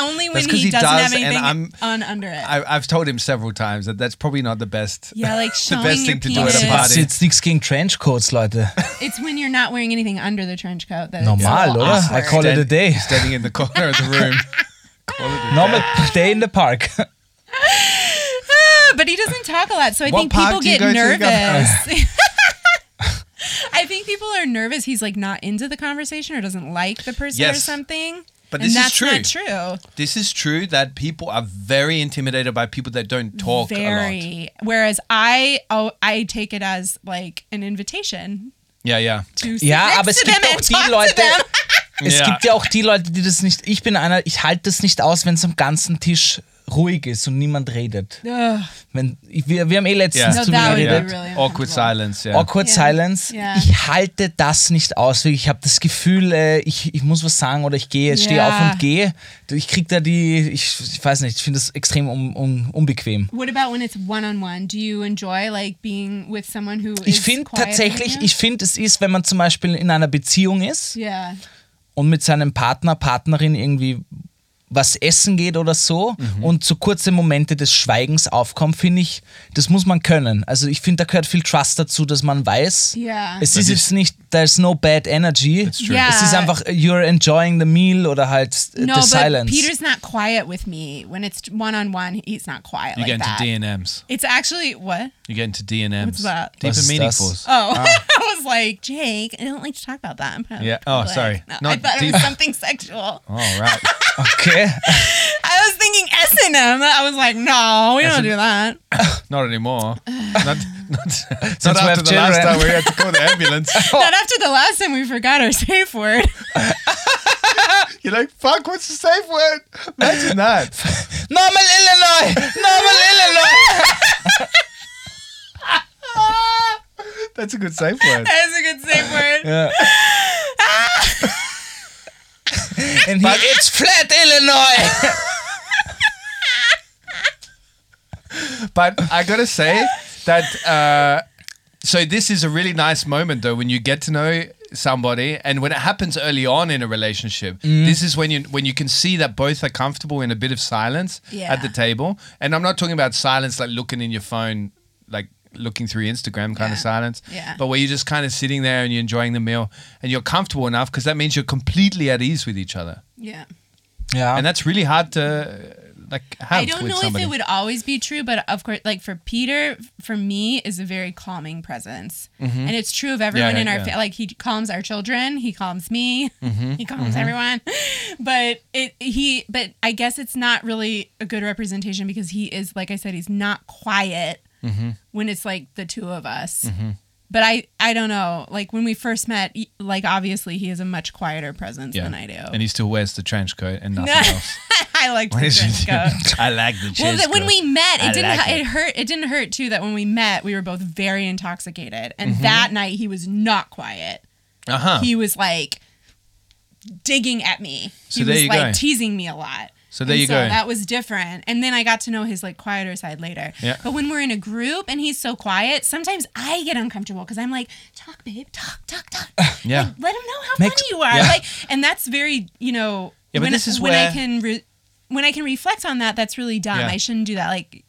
only when
That's 'cause
he,
he
doesn't
does,
have
and
anything
I'm-
on under it.
I, I've told him several times that that's probably not the best.
yeah, like
[laughs] the
showing
best
your
thing to do
penis.
at
Das
a
ist
party.
jetzt nichts gegen Trenchcoats, Leute.
It's when you're not wearing anything under the trench coat. That it's
Normal,
all
oder?
also
I
awkward.
call it a day.
[laughs] Standing in the corner
[laughs]
of the room. Call it a
[laughs] Normal day in the park.
Ah, [sighs] but he doesn't talk a lot, so I
What
think
park
people
do you
get
go to?
nervous.
[laughs]
[laughs] I think people are nervous. He's like not into the conversation or doesn't like the person or
Yes.
something.
But
and
this is
that's
true.
not true.
day. This is true that people are very intimidated by people that don't talk a lot.
Very. Whereas I, oh, I take it as like an invitation
Ja, ja.
to sit
Ja,
next
aber es
to
gibt
them
auch
and
die
talk to
Leute.
them.
Es
Ja.
gibt ja auch die Leute, die das nicht. Ich bin einer, ich halte das nicht aus, wenn es am ganzen Tisch ruhig ist und niemand redet.
[laughs]
Ugh.
Wenn, ich, wir, wir haben eh letztens
Ja.
zu
No,
mir
that would be
geredet.
real. really
Awkward
uncomfortable.
silence, ja.
Awkward
Ja.
Silence.
Ja.
Ich halte das nicht aus. wirklich. Ich habe das Gefühl, äh, ich, ich muss was sagen oder ich gehe, stehe
Ja.
auf und gehe. Ich krieg da die, ich, ich weiß nicht, ich finde das extrem un, un, unbequem.
What about when it's one on one? Do you enjoy like being with someone who
Ich
is
finde
quiet ne?
tatsächlich,
on you?
ich finde, es ist, wenn man zum Beispiel in einer Beziehung ist
yeah.
und mit seinem Partner, Partnerin irgendwie was essen geht oder so und so kurze Momente des Schweigens aufkommen, finde ich, das muss man können. Also ich finde, da gehört viel Trust dazu, dass man weiß,
Ja.
es ist
Das ist-
jetzt nicht, there's no bad energy.
true.
Ja.
Es ist einfach, you're enjoying the meal oder halt äh,
Ah. No,
the
but
silence.
Peter's not quiet with me when it's one on one. He's not quiet
You
like
get into
that.
DNMs.
It's actually
[laughs]
what?
You get into DNMs.
What's that?
Deep
Was ist
and
das?
meaningfuls.
Oh, [laughs] I was like, Jake, I don't like to talk about that. in
Yeah. Oh,
public."
sorry.
No, I
Not
thought it
deep.
was something sexual.
[laughs] All right.
Okay. [laughs]
I was thinking S and M. I was like, no, we don't do that. [laughs]
Not anymore. not not, not after
we have
the last
children.
time we had to call the
[laughs]
ambulance.
Not after the last time we forgot our [laughs] safe word.
You're like, fuck, what's the safe word?
[laughs]
Imagine that.
Normal Illinois! Normal
[laughs]
Illinois!
That's a good safe word.
That's Ah, a good safe word.
And here, it's flat Illinois!
[laughs] But I gotta say that. Uh, so this is a really nice moment though when you get to know somebody and when it happens early on in a relationship this is when you when you can see that both are comfortable in a bit of silence
Yeah.
at the table and i'm not talking about silence like looking in your phone like looking through instagram kind
Yeah.
of silence
Yeah.
but where you're just kind of sitting there and you're enjoying the meal and you're comfortable enough because that means you're completely at ease with each other
Yeah.
Ja.
and that's really hard to like have
I don't
with
know
somebody
if it would always be true, but of course, like for Peter, for me, is a very calming presence, and it's true of everyone
Mm-hmm. yeah,
in our
yeah. Mm-hmm.
fa- like he calms our children, he calms me, [laughs] he calms everyone, but it he but I guess it's not really a good representation because he is like I said, he's not quiet
Mm-hmm.
when it's like the two of us. But I, I don't know. Like when we first met, y- like obviously he is a much quieter presence than I do. [laughs]
And he still wears the trench coat and
No.
nothing
[laughs]
[laughs] else.
I like to dress code.
I like the
Well,
trench
that when we met, it
I
didn't.
like
hu-
it.
it. hurt. It didn't hurt too that when we met, we were both very intoxicated, and that night he was not quiet.
uh huh.
He was like digging at me.
So
he
there
was
you
like
go.
teasing me a lot.
So there
And
you
so
go.
That was different. And then I got to know his like quieter side later.
Yeah.
But when we're in a group and he's so quiet, sometimes I get uncomfortable because I'm like, talk, babe, talk, talk, talk.
[laughs] Yeah.
Like, let him know how
Makes-
funny you are.
yeah.
Like, and that's very, you know,
Yeah, but
when,
this is
when I
where-
can re- when I can reflect on that, that's really dumb.
Yeah.
I shouldn't do that. Like,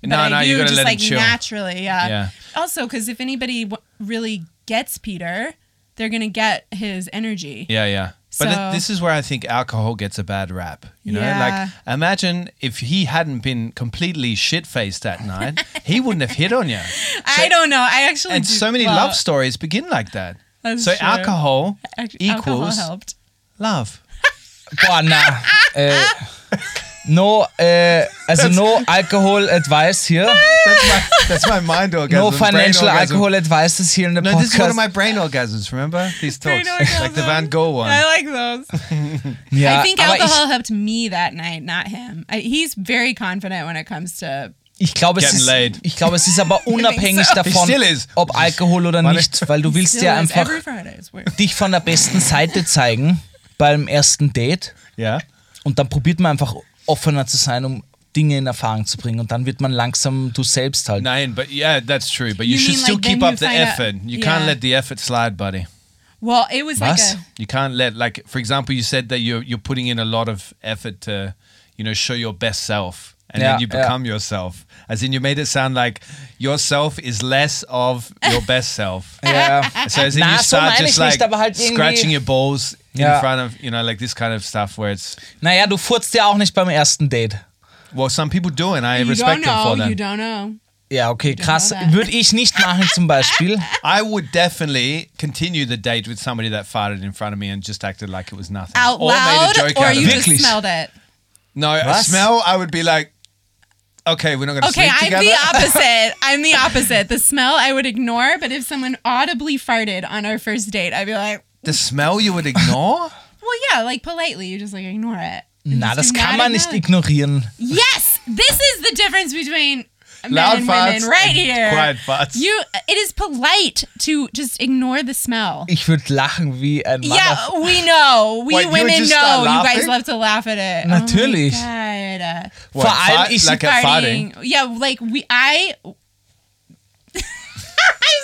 but
no,
I
no,
do
you gotta
just
let
like
him chill.
naturally. Yeah.
Yeah.
Also, because if anybody w- really gets Peter, they're gonna get his energy.
Yeah, yeah.
So-
But th- this is where I think alcohol gets a bad rap. You know,
Yeah.
like imagine if he hadn't been completely shit
[laughs]
faced that night, he wouldn't have hit on you.
I don't know. I actually
And
do-
so many
well,
love stories begin like that.
That's
so
true.
alcohol
act- alcohol
equals
helped.
love.
Boah, na. oh, Äh, no, äh, also no alcohol advice here.
That's my, that's my [laughs] mind orgasm.
No
brain
financial
orgasm.
alcohol advices here in the
No,
podcast.
this is one of my brain orgasms. Remember these
Brain
talks, like the
orgasm.
Van Gogh one.
I like those.
ja,
I think
aber
alcohol helped me that night, not him. I, he's very confident when it comes to.
Ich, ich, glaube, es
Getting
ist,
laid.
ich glaube, es ist
[laughs]
aber unabhängig
so.
davon,
Still is.
ob Alkohol oder
Warte.
nicht, weil du willst ja
Still is
einfach
every Friday. It's weird.
dich von der besten Seite zeigen beim ersten Date
yeah.
und dann probiert man einfach offener zu sein, um Dinge in Erfahrung zu bringen und dann wird man langsam du selbst halt.
Nine, but yeah, that's true. But you,
You
should
mean,
still
like,
keep
then
up
you
the
find out-
effort. You
yeah.
can't let the effort slide, buddy.
Well, it was like
Was?
a.
You can't let like for example, you said that you're you're putting in a lot of effort to, you know, show your best self. And
Yeah,
then you
yeah.
become yourself. As in you made it sound like yourself is less of
[laughs]
your best self.
Ja.
So as in
Na,
you
so
start
meine ich
just like
nicht, aber halt irgendwie-
scratching your balls
Ja.
in front of you know, like this kind of stuff where it's
Naja, du furzt ja auch nicht beim ersten Date.
well some people do and I
You
respect
don't
them for
know.
that.
You don't know.
Ja, okay, krass.
know that.
Würde ich nicht machen zum Beispiel.
I would definitely continue the date with somebody that farted in front of me and just acted like it was nothing.
Out
or made a
loud,
joke
or
out of
you
it.
just
Wirklich?
smelled it.
No, a
Was?
smell I would be like Okay, we're not gonna
Okay,
sleep
I'm
together. [laughs]
the opposite. I'm the opposite. The smell I would ignore, but if someone audibly farted on our first date, I'd be like,
the smell you would
[laughs]
ignore.
well, yeah, like politely, you just like ignore it. And
Na,
just
das
do
kann
not
man nicht
acknowledge-
ignorieren.
Yes, this is the difference between men
Loud
and women,
farts
right
and
here.
quiet farts.
You, it is polite to just ignore the smell.
Ich würde lachen wie ein Mann.
Yeah, we know. We
Wait, you
women
just
know.
start
You guys
laughing?
love to laugh at it.
Natürlich.
Oh my God.
What,
allem
fart-
ist-
like a
Farting.
farting.
Yeah, like we. I. [laughs] I was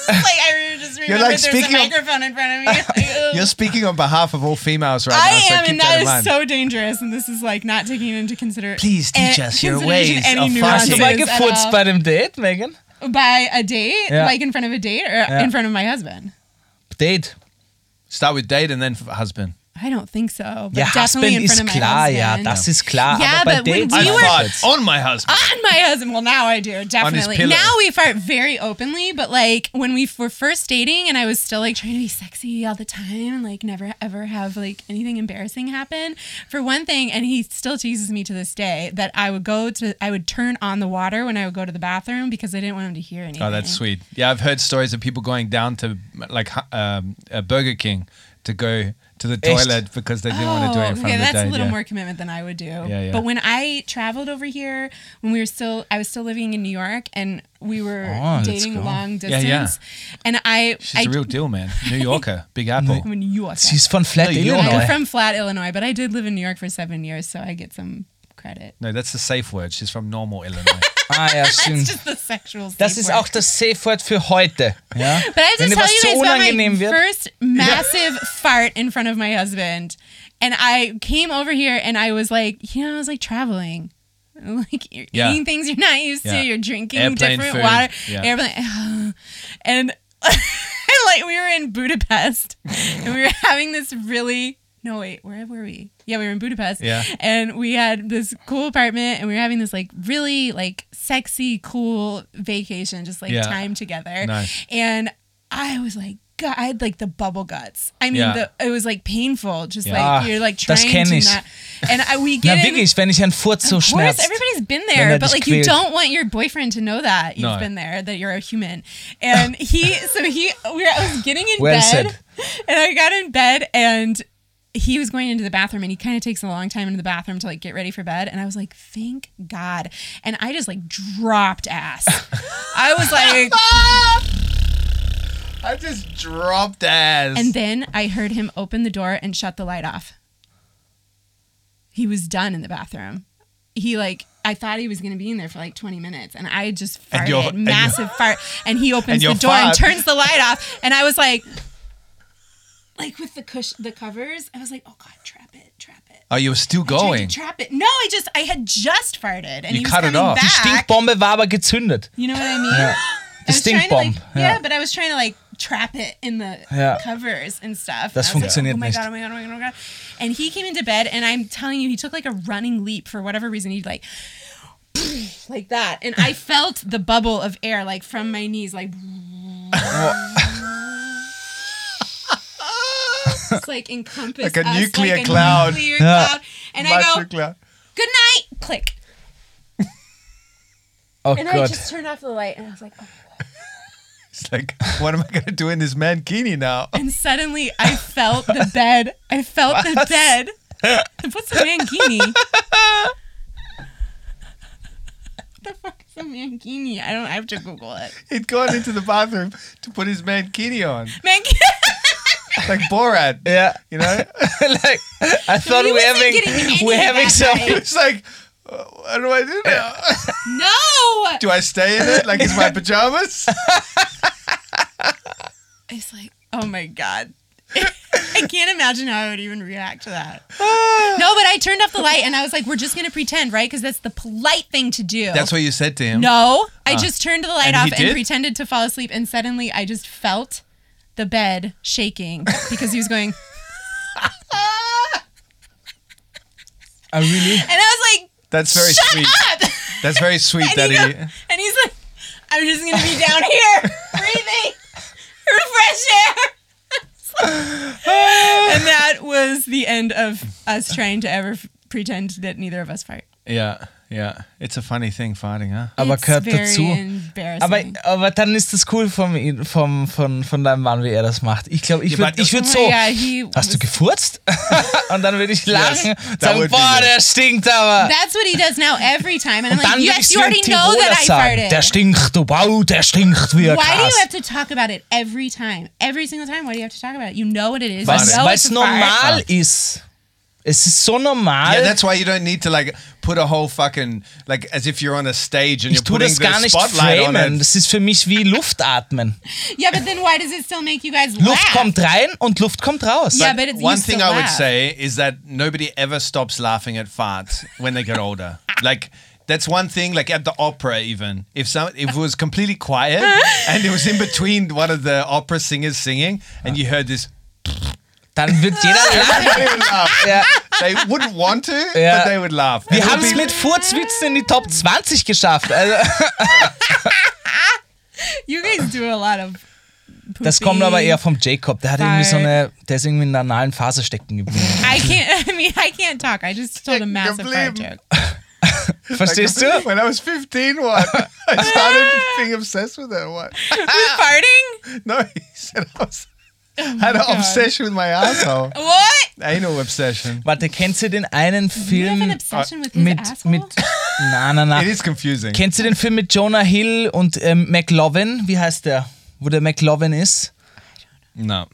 just like I just remember
like
there's a
speaking of-
microphone in
[laughs]
front of me. Like, ugh.
You're speaking on behalf of all females right now,
I
so
am,
keep
and
that
that
in
is
mind.
so dangerous. And this is like not taking into consideration.
Please teach us your ways
any
of
nuances
Hast du
farting.
mal
at
gefurzt
all.
bei dem Date, Megan?
by a date,
Yeah.
like in front of a date, or in front of my husband.
Date.
Start with date and then f- husband.
I don't think so. But
Ja,
definitely
Husband
in front
ist
of my
klar,
husband.
ja, das ist klar.
Yeah,
aber bei
but when
Dates
we
I
You were-
fart on my husband.
on my husband. Well, now I do definitely.
pillow.
Now we fart very openly, but like when we were first dating, and I was still like trying to be sexy all the time, and like never ever have like anything embarrassing happen. For one thing, and he still teases me to this day that I would go to, I would turn on the water when I would go to the bathroom because I didn't want him to hear anything.
Oh, that's sweet. Yeah, I've heard stories of people going down to like hu- um, a Burger King to go to the
Echt?
toilet because they didn't want to do it in
Oh,
front
okay,
of the
that's
date,
a little
yeah.
more commitment than I would do.
yeah.
But when I traveled over here, when we were still, I was still living in New York, and we were
Oh, let's go.
dating long
Yeah,
distance.
yeah.
And I,
She's
I,
a real deal, man. New Yorker, Big Apple.
I'm in New York.
Sie ist von Flat,
No, you
Illinois.
I'm from Flat, Illinois, but I did live in New York for seven years, so I get some credit. [laughs]
No, that's the safe word. She's from normal Illinois.
[laughs] Ah, ja,
It's
stimmt.
just oh, the sexual.
Das
safe
ist
word.
auch das Safe Word für heute.
But
Ja?
I have to
Wenn dir
tell
was
you
zu
guys about my
unangenehm wird.
first massive [laughs] fart in front of my husband. And I came over here and I was like, you know, I was like traveling. [laughs] Like you're
Yeah.
eating things you're not used
Yeah.
to, you're drinking
Airplane
different
food.
water.
Yeah.
Airplane [sighs] and [laughs] like we were in Budapest [laughs] and we were having this really no wait, where were we? Yeah, we were in Budapest.
Yeah.
And we had this cool apartment and we were having this like really like sexy, cool vacation, just like
Yeah.
time together.
Nice.
And I was like, God, I had like the bubble guts. I mean,
Yeah.
the, it was was like painful. Just
Yeah.
like you're like
Ah, das
trying
kenn
to
ich.
not. And I, we get
Na
in,
wirklich, wenn ich einen Furz so
of course,
schmerzt.
everybody's been
Wenn
there,
er
but
dich
like you
quält.
don't want your boyfriend to know that you've
No.
been there, that you're a human. And he, so he, we were, I was getting in
Well
bed,
said.
and I got in bed, and he was going into the bathroom, and he kind of takes a long time into the bathroom to like get ready for bed, and I was like, thank God, and I just like dropped ass. I was like.
I just dropped ass.
And then I heard him open the door and shut the light off. He was done in the bathroom. He like I thought he was gonna be in there for like 20 minutes, and I just
And your-
farted
and your-
massive fart. And he opens
And your
the door and
fart.
turns the light off, and I was like, like with the cush the covers, I was like, oh god, trap it, trap it.
oh, you were still
I tried
going.
To trap it. No, I just I had just farted, and
You
he was
cut it
coming
off. You
back.
die Stinkbombe war aber gezündet. [laughs]
You know what I mean?
The
I was trying
stink
to, like-
bomb.
yeah.
ja.
but I was trying to like trap it in the
Ja.
covers and stuff.
Das
And I was
funktioniert
like, oh my God, oh
nicht.
my God, oh my God, oh my God. And he came into bed, and I'm telling you, he took like a running leap for whatever reason. He'd like, [sniffs] like that. And I felt the bubble of air like from my knees, like. It's like encompass
Like a
us,
nuclear
like a
cloud.
nuclear
Ja.
cloud. And I go,
Masterclass.
good night, click.
Oh
And I
Gott.
just turned off the light and I was like, oh
It's like, what am I going to do in this mankini now? [laughs]
and suddenly I felt the bed. I felt the bed. What's a mankini? what the fuck is a mankini? I don't I have to Google it.
He'd gone into the bathroom to put his mankini on.
Mankini.
Like Borat.
Yeah.
You know? [laughs]
like, I thought
He
we're
wasn't
having,
getting any
we're
of
having
that
some.
night.
It's like, uh, what do I do now? [laughs]
No.
Do I stay in it like it's my pajamas?
It's like, oh my god. [laughs] I can't imagine how I would even react to that.
Ah.
no, but I turned off the light and I was like, we're just gonna pretend, right? Because that's the polite thing to do.
That's what you said to him. [laughs]
No, I just turned the light
Uh, And
off
he
and
did?
pretended to fall asleep, and suddenly I just felt the bed shaking because he was going, [laughs]
Ah,
Oh,
really?
and I was like,
That's very
"Shut
sweet.
up!"
That's very sweet
[laughs] And,
that
he
he.
go- and he's like, "I'm just gonna be down
[laughs]
here breathing for fresh air." [laughs] It's like- and that was the end of us trying to ever f- pretend that neither of us fart.
Yeah. Yeah, it's a funny thing, farting, huh?
Aber
It's
gehört
very
dazu.
embarrassing.
Aber, aber dann ist das cool vom, ihm- vom, von, von deinem Mann, wie er das macht. Ich glaube, ich
Ja,
würde
but-
ich würd so.
Yeah, Oh he
Hast du gefurzt? [laughs] und dann würde ich lachen und
that
sagen,
would be
boah,
good.
der stinkt aber.
That's what he does now every time. And I'm
und
like,
dann würde ich
yes, you
so im
already know
Tiroler
that I
sagen,
farted.
der stinkt, du Bau, der stinkt wie ein
Why do
Kass.
you have to talk about it every time? Every single time? Why do you have to talk about it? You know what it is.
Weil's-
you know
Weil
it's
es
a fart.
normal ist. Es ist so normal.
Yeah, Ah. that's why you don't need to like put a whole fucking like as if you're on a stage and
ich
you're
tue
putting
das gar
the
nicht
spotlight on
framen.
it.
Das ist für mich wie Luft
[laughs]
atmen.
Yeah, but then why does it still make you guys laugh?
Luft kommt rein und Luft kommt raus.
Yeah, but it's
One
used to
thing I would
laugh.
say is that nobody ever stops laughing at farts when they get older. Like that's one thing. Like at the opera, even if some if it was completely
[laughs]
quiet and it was in between one of the opera singers singing and you heard this,
Dann wird
[laughs]
jeder lachen.
they would laugh.
Ja.
They wouldn't want to,
Yeah.
but they would laugh.
Wir
It would
haben es
be-
mit Furzwitzen in die Top 20 geschafft. Also,
You guys do a lot of.
das kommt
pooping.
aber eher vom Jacob. Der hat irgendwie so
Bye.
eine, der ist irgendwie in der analen Phase stecken geblieben.
I can't. [laughs] I mean, I can't talk. I just told a
Stecken
massive fart
geblieben.
joke. [laughs]
[laughs] Verstehst du?
When I was 15,
[laughs]
what? I started being obsessed with it. What?
farting?
No, he said I was.
Oh
had an obsession with my asshole.
What?
[laughs]
Anal obsession.
Warte, kennst du den einen
You have an
Film
obsession with his
äh, mit
asshole?
mit? [laughs] Na na na.
It is confusing.
Kennst du den Film mit Jonah Hill und ähm, McLovin? Wie heißt der? Wo der McLovin ist?
no.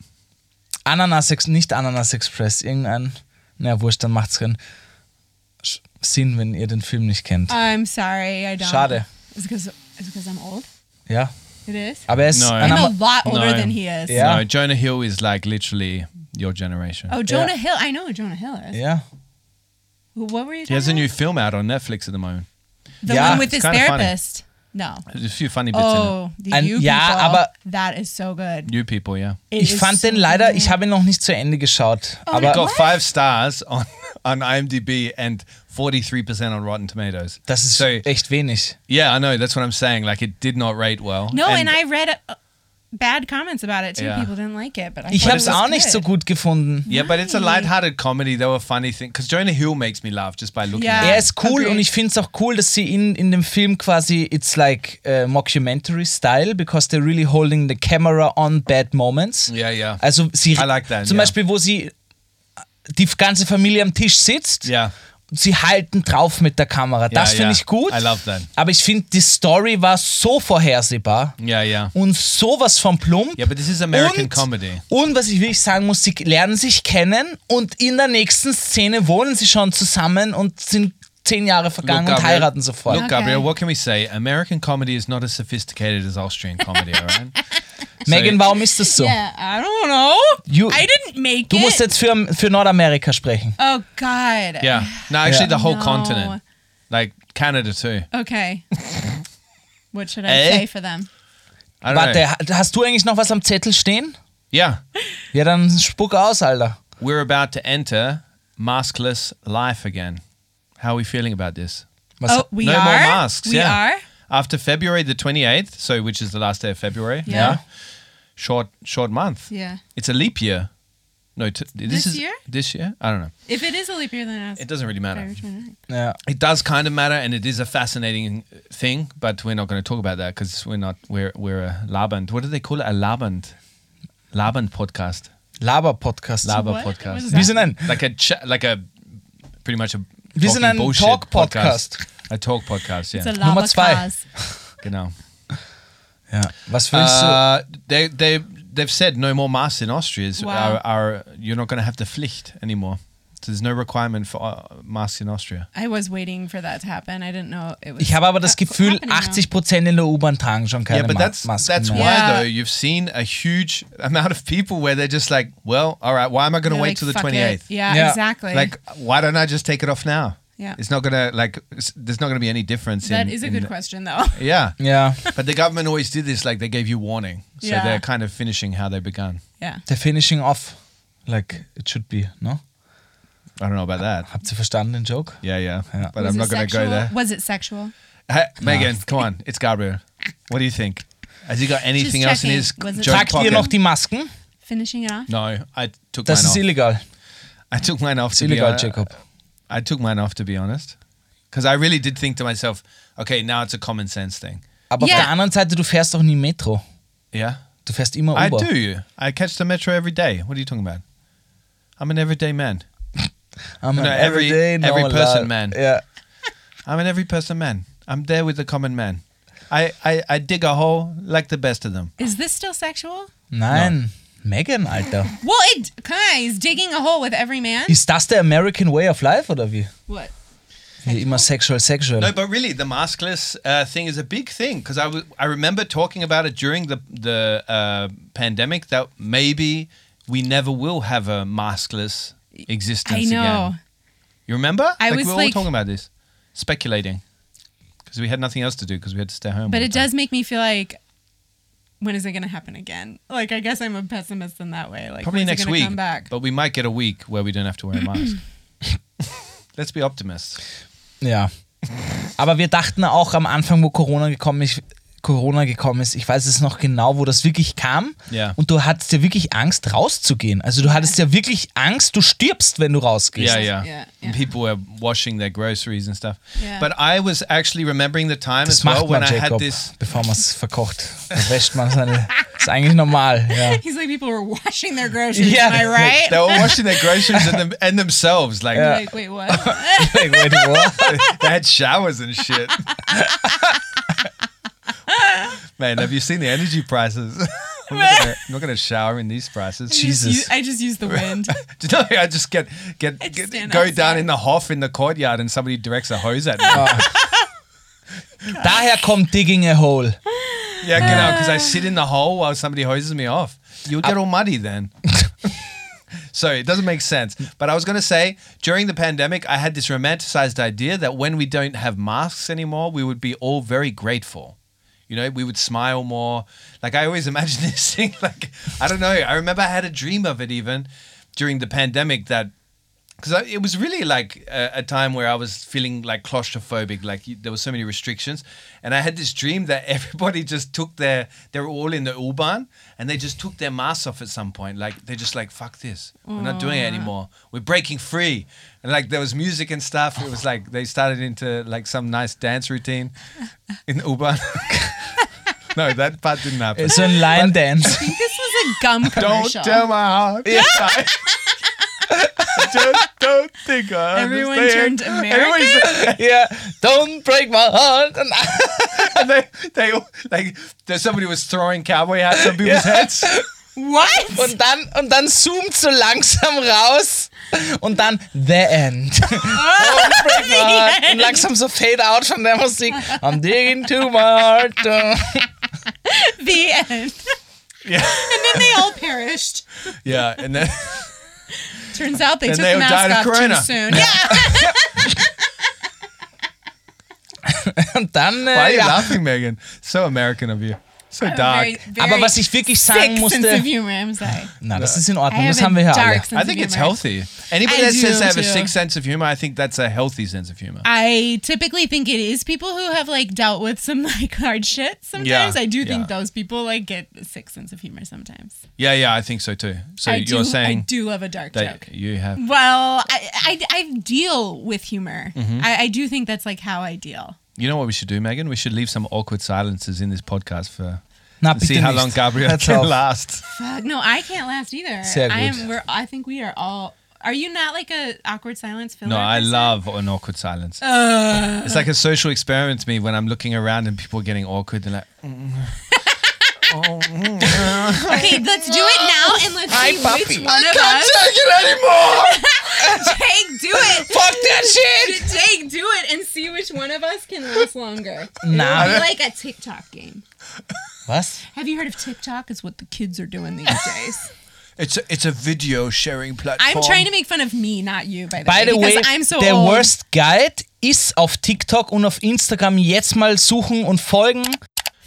Ananas Ex nicht Ananas Express, irgendein. Na wurscht, dann macht's keinen Sch- Sinn, wenn ihr den Film nicht kennt.
I'm sorry, I don't.
Schade.
Is it because is it 'cause I'm old?
Ja,
It is.
aber er ist
Nein.
ein
I'm a
Amer-
lot older
No.
than he is.
Yeah.
No, Jonah Hill is like literally your generation.
Oh, Jonah Hill. I know who Jonah Hill is.
ja.
What were you?
He has a
talking
new film out on Netflix at the moment.
about? The
Yeah,
one with
it's
his
kinda funny.
therapist. No.
There's a few funny bits
Oh, the
And-
you
yeah,
people.
aber-
that is so good.
in it. New people, yeah.
It
Ich
is
fand
so
den leider,
good.
ich habe ihn noch nicht zu Ende geschaut.
Oh,
aber
Got
What?
five stars on, [laughs] on IMDb and 43% on Rotten Tomatoes.
das ist
so.
echt wenig.
Yeah, I know. That's what I'm saying. Like, it did not rate well.
No, and, I read uh, bad comments about it too.
Yeah.
People didn't like it, but I
Ich
thought
habe
it
es
was
auch nicht
good.
so gut gefunden.
Yeah, but it's a
Why?
light-hearted comedy. There were funny things. Because Jonah Hill makes me laugh just by looking
Yeah.
at
Er ist cool
Okay.
und ich finde es auch cool, dass sie ihn in dem Film quasi, it's like äh, mockumentary style, because they're really holding the camera on bad moments.
Yeah, yeah.
Also sie,
I like that,
zum
yeah.
Beispiel, wo sie äh, die ganze Familie am Tisch sitzt.
Yeah.
Und sie halten drauf mit der Kamera. Das
Yeah,
finde
yeah.
ich gut.
I love that.
Aber ich finde, die Story war so vorhersehbar.
Yeah, yeah.
und sowas von plump.
Yeah, but this is American
und,
comedy.
Und was ich wirklich sagen muss, sie lernen sich kennen und in der nächsten Szene wohnen sie schon zusammen und sind zehn Jahre vergangen und
Gabriel-
heiraten sofort.
Look,
Okay.
Gabriel, what can we say? American comedy is not as sophisticated as Austrian comedy, all
[laughs]
right?
Megan, warum ist das so?
Yeah, I don't know.
You-
I didn't make
Du
it.
musst jetzt für, für Nordamerika sprechen.
oh God.
Yeah. No, actually,
Yeah.
the whole
No.
continent. Like Canada, too. [laughs]
Okay. what should I
Eh?
say for them?
I don't know.
Warte, ha- hast du eigentlich noch was am Zettel stehen?
Yeah.
Ja, dann spuck aus, Alter.
We're about to enter maskless life again. How are we feeling about this?
Was,
Oh, we
no
are.
more masks.
We
yeah.
are.
After February the 28th, so which is the last day of February.
Yeah. Yeah.
Short short month.
Yeah.
It's a leap year. No, t- this,
This
is
year?
this year. I don't know.
If it is a leap year, then it's
It doesn't really matter.
February 29th.
ja.
It does kind of matter, and it is a fascinating uh, thing, but we're not going to talk about that because we're not we're we're a laband. What do they call it? A laband, laband [laughs] podcast,
Laber-Podcast.
laber
What? What
podcast.
is
Wir sind ein,
like a ch- like a pretty much a
wir sind
talking
ein
bullshit
Talk-Podcast.
A talk podcast,
It's a
yeah.
lava
Nummer zwei.
cause.
Genau.
Ja. Was willst
Uh, they they they've said no more masks in Austria. Is
Wow.
are, are you're not going to have to Pflicht anymore. So there's no requirement for uh, masks in Austria.
I was waiting for that to happen. I didn't know it was.
du? Ich habe aber das
That's
Gefühl,
happening now.
80% in der U-Bahn tragen schon keine
yeah, but
Ma-
that's
Masken
that's
mehr.
why
Yeah.
though you've seen a huge amount of people where they're just like, well, all right, why am I going to
They're
wait
like,
till the
"Fuck it."
twenty eighth?
Yeah,
Yeah.
exactly.
Like, why don't I just take it off now?
Yeah.
it's not gonna like s- there's not gonna be any difference.
that
in,
is a
in
good
the-
question, though. [laughs]
Yeah,
Ja.
but the government always did this. Like they gave you warning, so
Yeah.
they're kind of finishing how they began.
Yeah.
The finishing off. Like it should be, no?
I don't know about that.
Habt ihr verstanden den Joke?
Yeah, yeah,
Yeah.
but
was
I'm
it
not gonna
sexual?
go there.
Was it sexual?
Hey, Megan, come on, it's Gabriel. What do you think? Has he got anything else
checking.
in his
Was it
joke
Tragt ihr
pocket?
noch die Masken?
Finishing it off.
no, I took
Das
mine off.
ist illegal.
I took mine off.
Ist
to be
illegal,
hon-
Jacob.
I took mine off to be honest. Because I really did think to myself, okay, now it's a common sense thing.
Aber
Ja.
auf der anderen Seite, du fährst doch nie Metro.
Yeah.
Du fährst immer Uber.
I do. I catch the metro every day. What are you talking about? I'm an everyday man.
I'm an
No, every-
everyday
every
normal lad.
person man.
Ja.
I'm an every person man. I'm there with the common man. I, I, I dig a hole like the best of them.
Is this still sexual?
Nein. Megan,
[laughs]
Alter.
Well, it guys digging a hole with every man.
Ist das der American Way of Life oder wie?
What?
Wie immer sexual, sexual.
No, but really, the maskless uh, thing is a big thing because I w- I remember talking about it during the the uh, pandemic that maybe we never will have a maskless
I
existence
know.
again. You remember?
I was
we were all
like-
talking about this, speculating, because we had nothing else to do because we had to stay home.
But
all
it
the time.
does make me feel like when is it going to happen again? Like I guess I'm a pessimist in that way. Like
probably
when's it
next
gonna
week.
Come back.
But we might get a week where we don't have to wear
[clears throat]
a mask. Let's be optimists.
Ja. Aber wir dachten auch am Anfang, wo Corona gekommen ist, Corona gekommen ist, ich weiß es noch genau, wo das wirklich kam.
Ja.
Und du hattest ja wirklich Angst, rauszugehen. Also du hattest ja wirklich Angst, du stirbst, wenn du rausgehst.
Yeah, yeah.
Yeah, yeah.
And People were washing their groceries and stuff.
Yeah.
But I was actually remembering the time
Das
as well
macht
when
man,
I had
Jacob,
this.
bevor man es verkocht. Da wäscht man seine. ist eigentlich normal. Ja. [laughs]
He's like people were [laughs] washing their groceries.
Yeah.
Am
[laughs]
I right?
They were washing their groceries and, them, and themselves. Like
Like wait,
[laughs]
what?
Wait, wait, what?
they had showers and shit. Man, have you seen the energy prices? [laughs] I'm, not gonna, I'm not gonna shower in these prices.
Jesus.
You- I just used the wind.
[laughs] Do you know, I just get get,
I just
get-
stand
go down
outside.
in the hoff in the courtyard and somebody directs a hose at me.
Daher kommt Digging a Hole.
Yeah, genau, because I sit in the hole while somebody hoses me off. You'll get all muddy then. so it doesn't make sense. But I was going to say during the pandemic, I had this romanticized idea that when we don't have masks anymore, we would be all very grateful. You know, we would smile more. Like I always [laughs] imagine this thing. Like I don't know. I remember I had a dream of it even during the pandemic that because it was really like a, a time where I was feeling like claustrophobic, like you, there were so many restrictions, and I had this dream that [laughs] everybody just took their they were all in the U-Bahn and they just took their masks off at some point, like they're just like fuck this, we're not doing
Mm.
it anymore, we're breaking free, and like there was music and stuff. It was like they started into like some nice dance routine in the U-Bahn. [laughs] no, that part didn't happen.
So ein Line
[laughs]
Dance.
this was a gum
don't
commercial.
tell my heart. [laughs] just don't think I
Everyone
understand.
turned American.
Yeah. Don't break my heart.
and [laughs] they, they all- like there's somebody was throwing cowboy hats on people's heads. [laughs]
What?
Und dann, und dann zoomt so langsam raus und dann The End. [laughs] Don't
[laughs]
break my heart. Und langsam so Fade Out von der Musik. I'm digging to my heart.
The end.
Yeah,
And then they all perished.
yeah,
[laughs]
and then
Turns out they
And
took
they
the
died of
mask off too
corona.
soon. [laughs] Yeah.
Und dann,
why are
äh,
you
ja.
laughing, Megan? So American of you. So dark.
Very, very
Aber was ich wirklich sagen
sick sense of
musste,
humor, I'm sorry.
na, das ist in Ordnung,
I
das
have
haben
a
wir ja
dark
alle.
sense
I
of
think it's
humor.
healthy. Anybody
I
that says
do
they have a
too.
sick sense of humor, I think that's a healthy sense of humor.
I typically think it is people who have like dealt with some [laughs] like hard shit sometimes.
Yeah,
I do
yeah.
think those people like get a sick sense of humor sometimes.
Yeah, yeah, I think so too. So
I
you're
do, I
saying
do love a dark
that
joke.
you have
Well, I, I, I deal with humor. I, I do think that's like how I deal.
You know what we should do, Megan? We should leave some awkward silences in this podcast for
Na,
to see
bitte
how
nicht.
long Gabriel
Hör
can
[laughs]
auf.
last.
Fuck, no, I can't last either.
Sehr
I
gut.
am. We're, I think we are all. Are you not like a awkward silence filler?
No, I
person?
love an awkward silence.
Uh.
It's like a social experiment to me when I'm looking around and people are getting awkward. They're like,
Okay, let's do it now and let's see which one of us.
take it anymore.
[laughs] Jake, do it.
Fuck that shit!
Jake, do it and see which one of us can last longer.
Na.
It'll be like a TikTok game.
Was?
Have you heard of TikTok? It's what the kids are doing these days.
It's a, it's a video sharing platform.
I'm trying to make fun of me, not you, by the
By
way.
the
because
way,
also I'm so
der
old.
Worst Guide ist auf TikTok und auf Instagram jetzt mal suchen und folgen.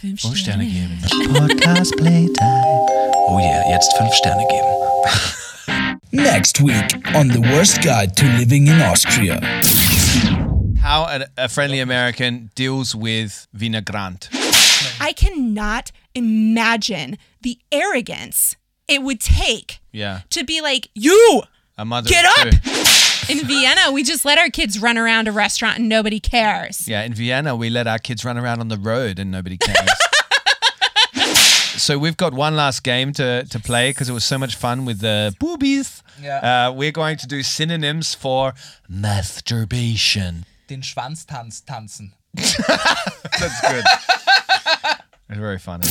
Fünf
Oh,
Sterne.
Sterne geben.
Podcast Playtime. Oh yeah, jetzt fünf Sterne geben.
Next week on The Worst Guide to Living in Austria.
How a, a friendly American deals with vinaigrette.
I cannot imagine the arrogance it would take
Yeah,
to be like, you
a mother.
Get
of
up!
two.
In Vienna, we just let our kids run around a restaurant and nobody cares.
Yeah, in Vienna, we let our kids run around on the road and nobody
[laughs]
cares. so we've got one last game to, to play because it was so much fun with the boobies.
Yeah.
Uh, we're going to do synonyms for masturbation.
Den Schwanztanz tanzen.
That's good. it's very funny.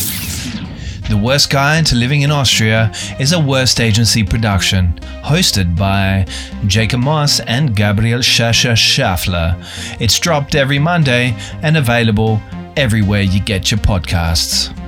The Worst Guide to Living in Austria is a Worst Agency production, hosted by Jacob Moss and Gabriel Schascher Schaffler. It's dropped every Monday and available everywhere you get your podcasts.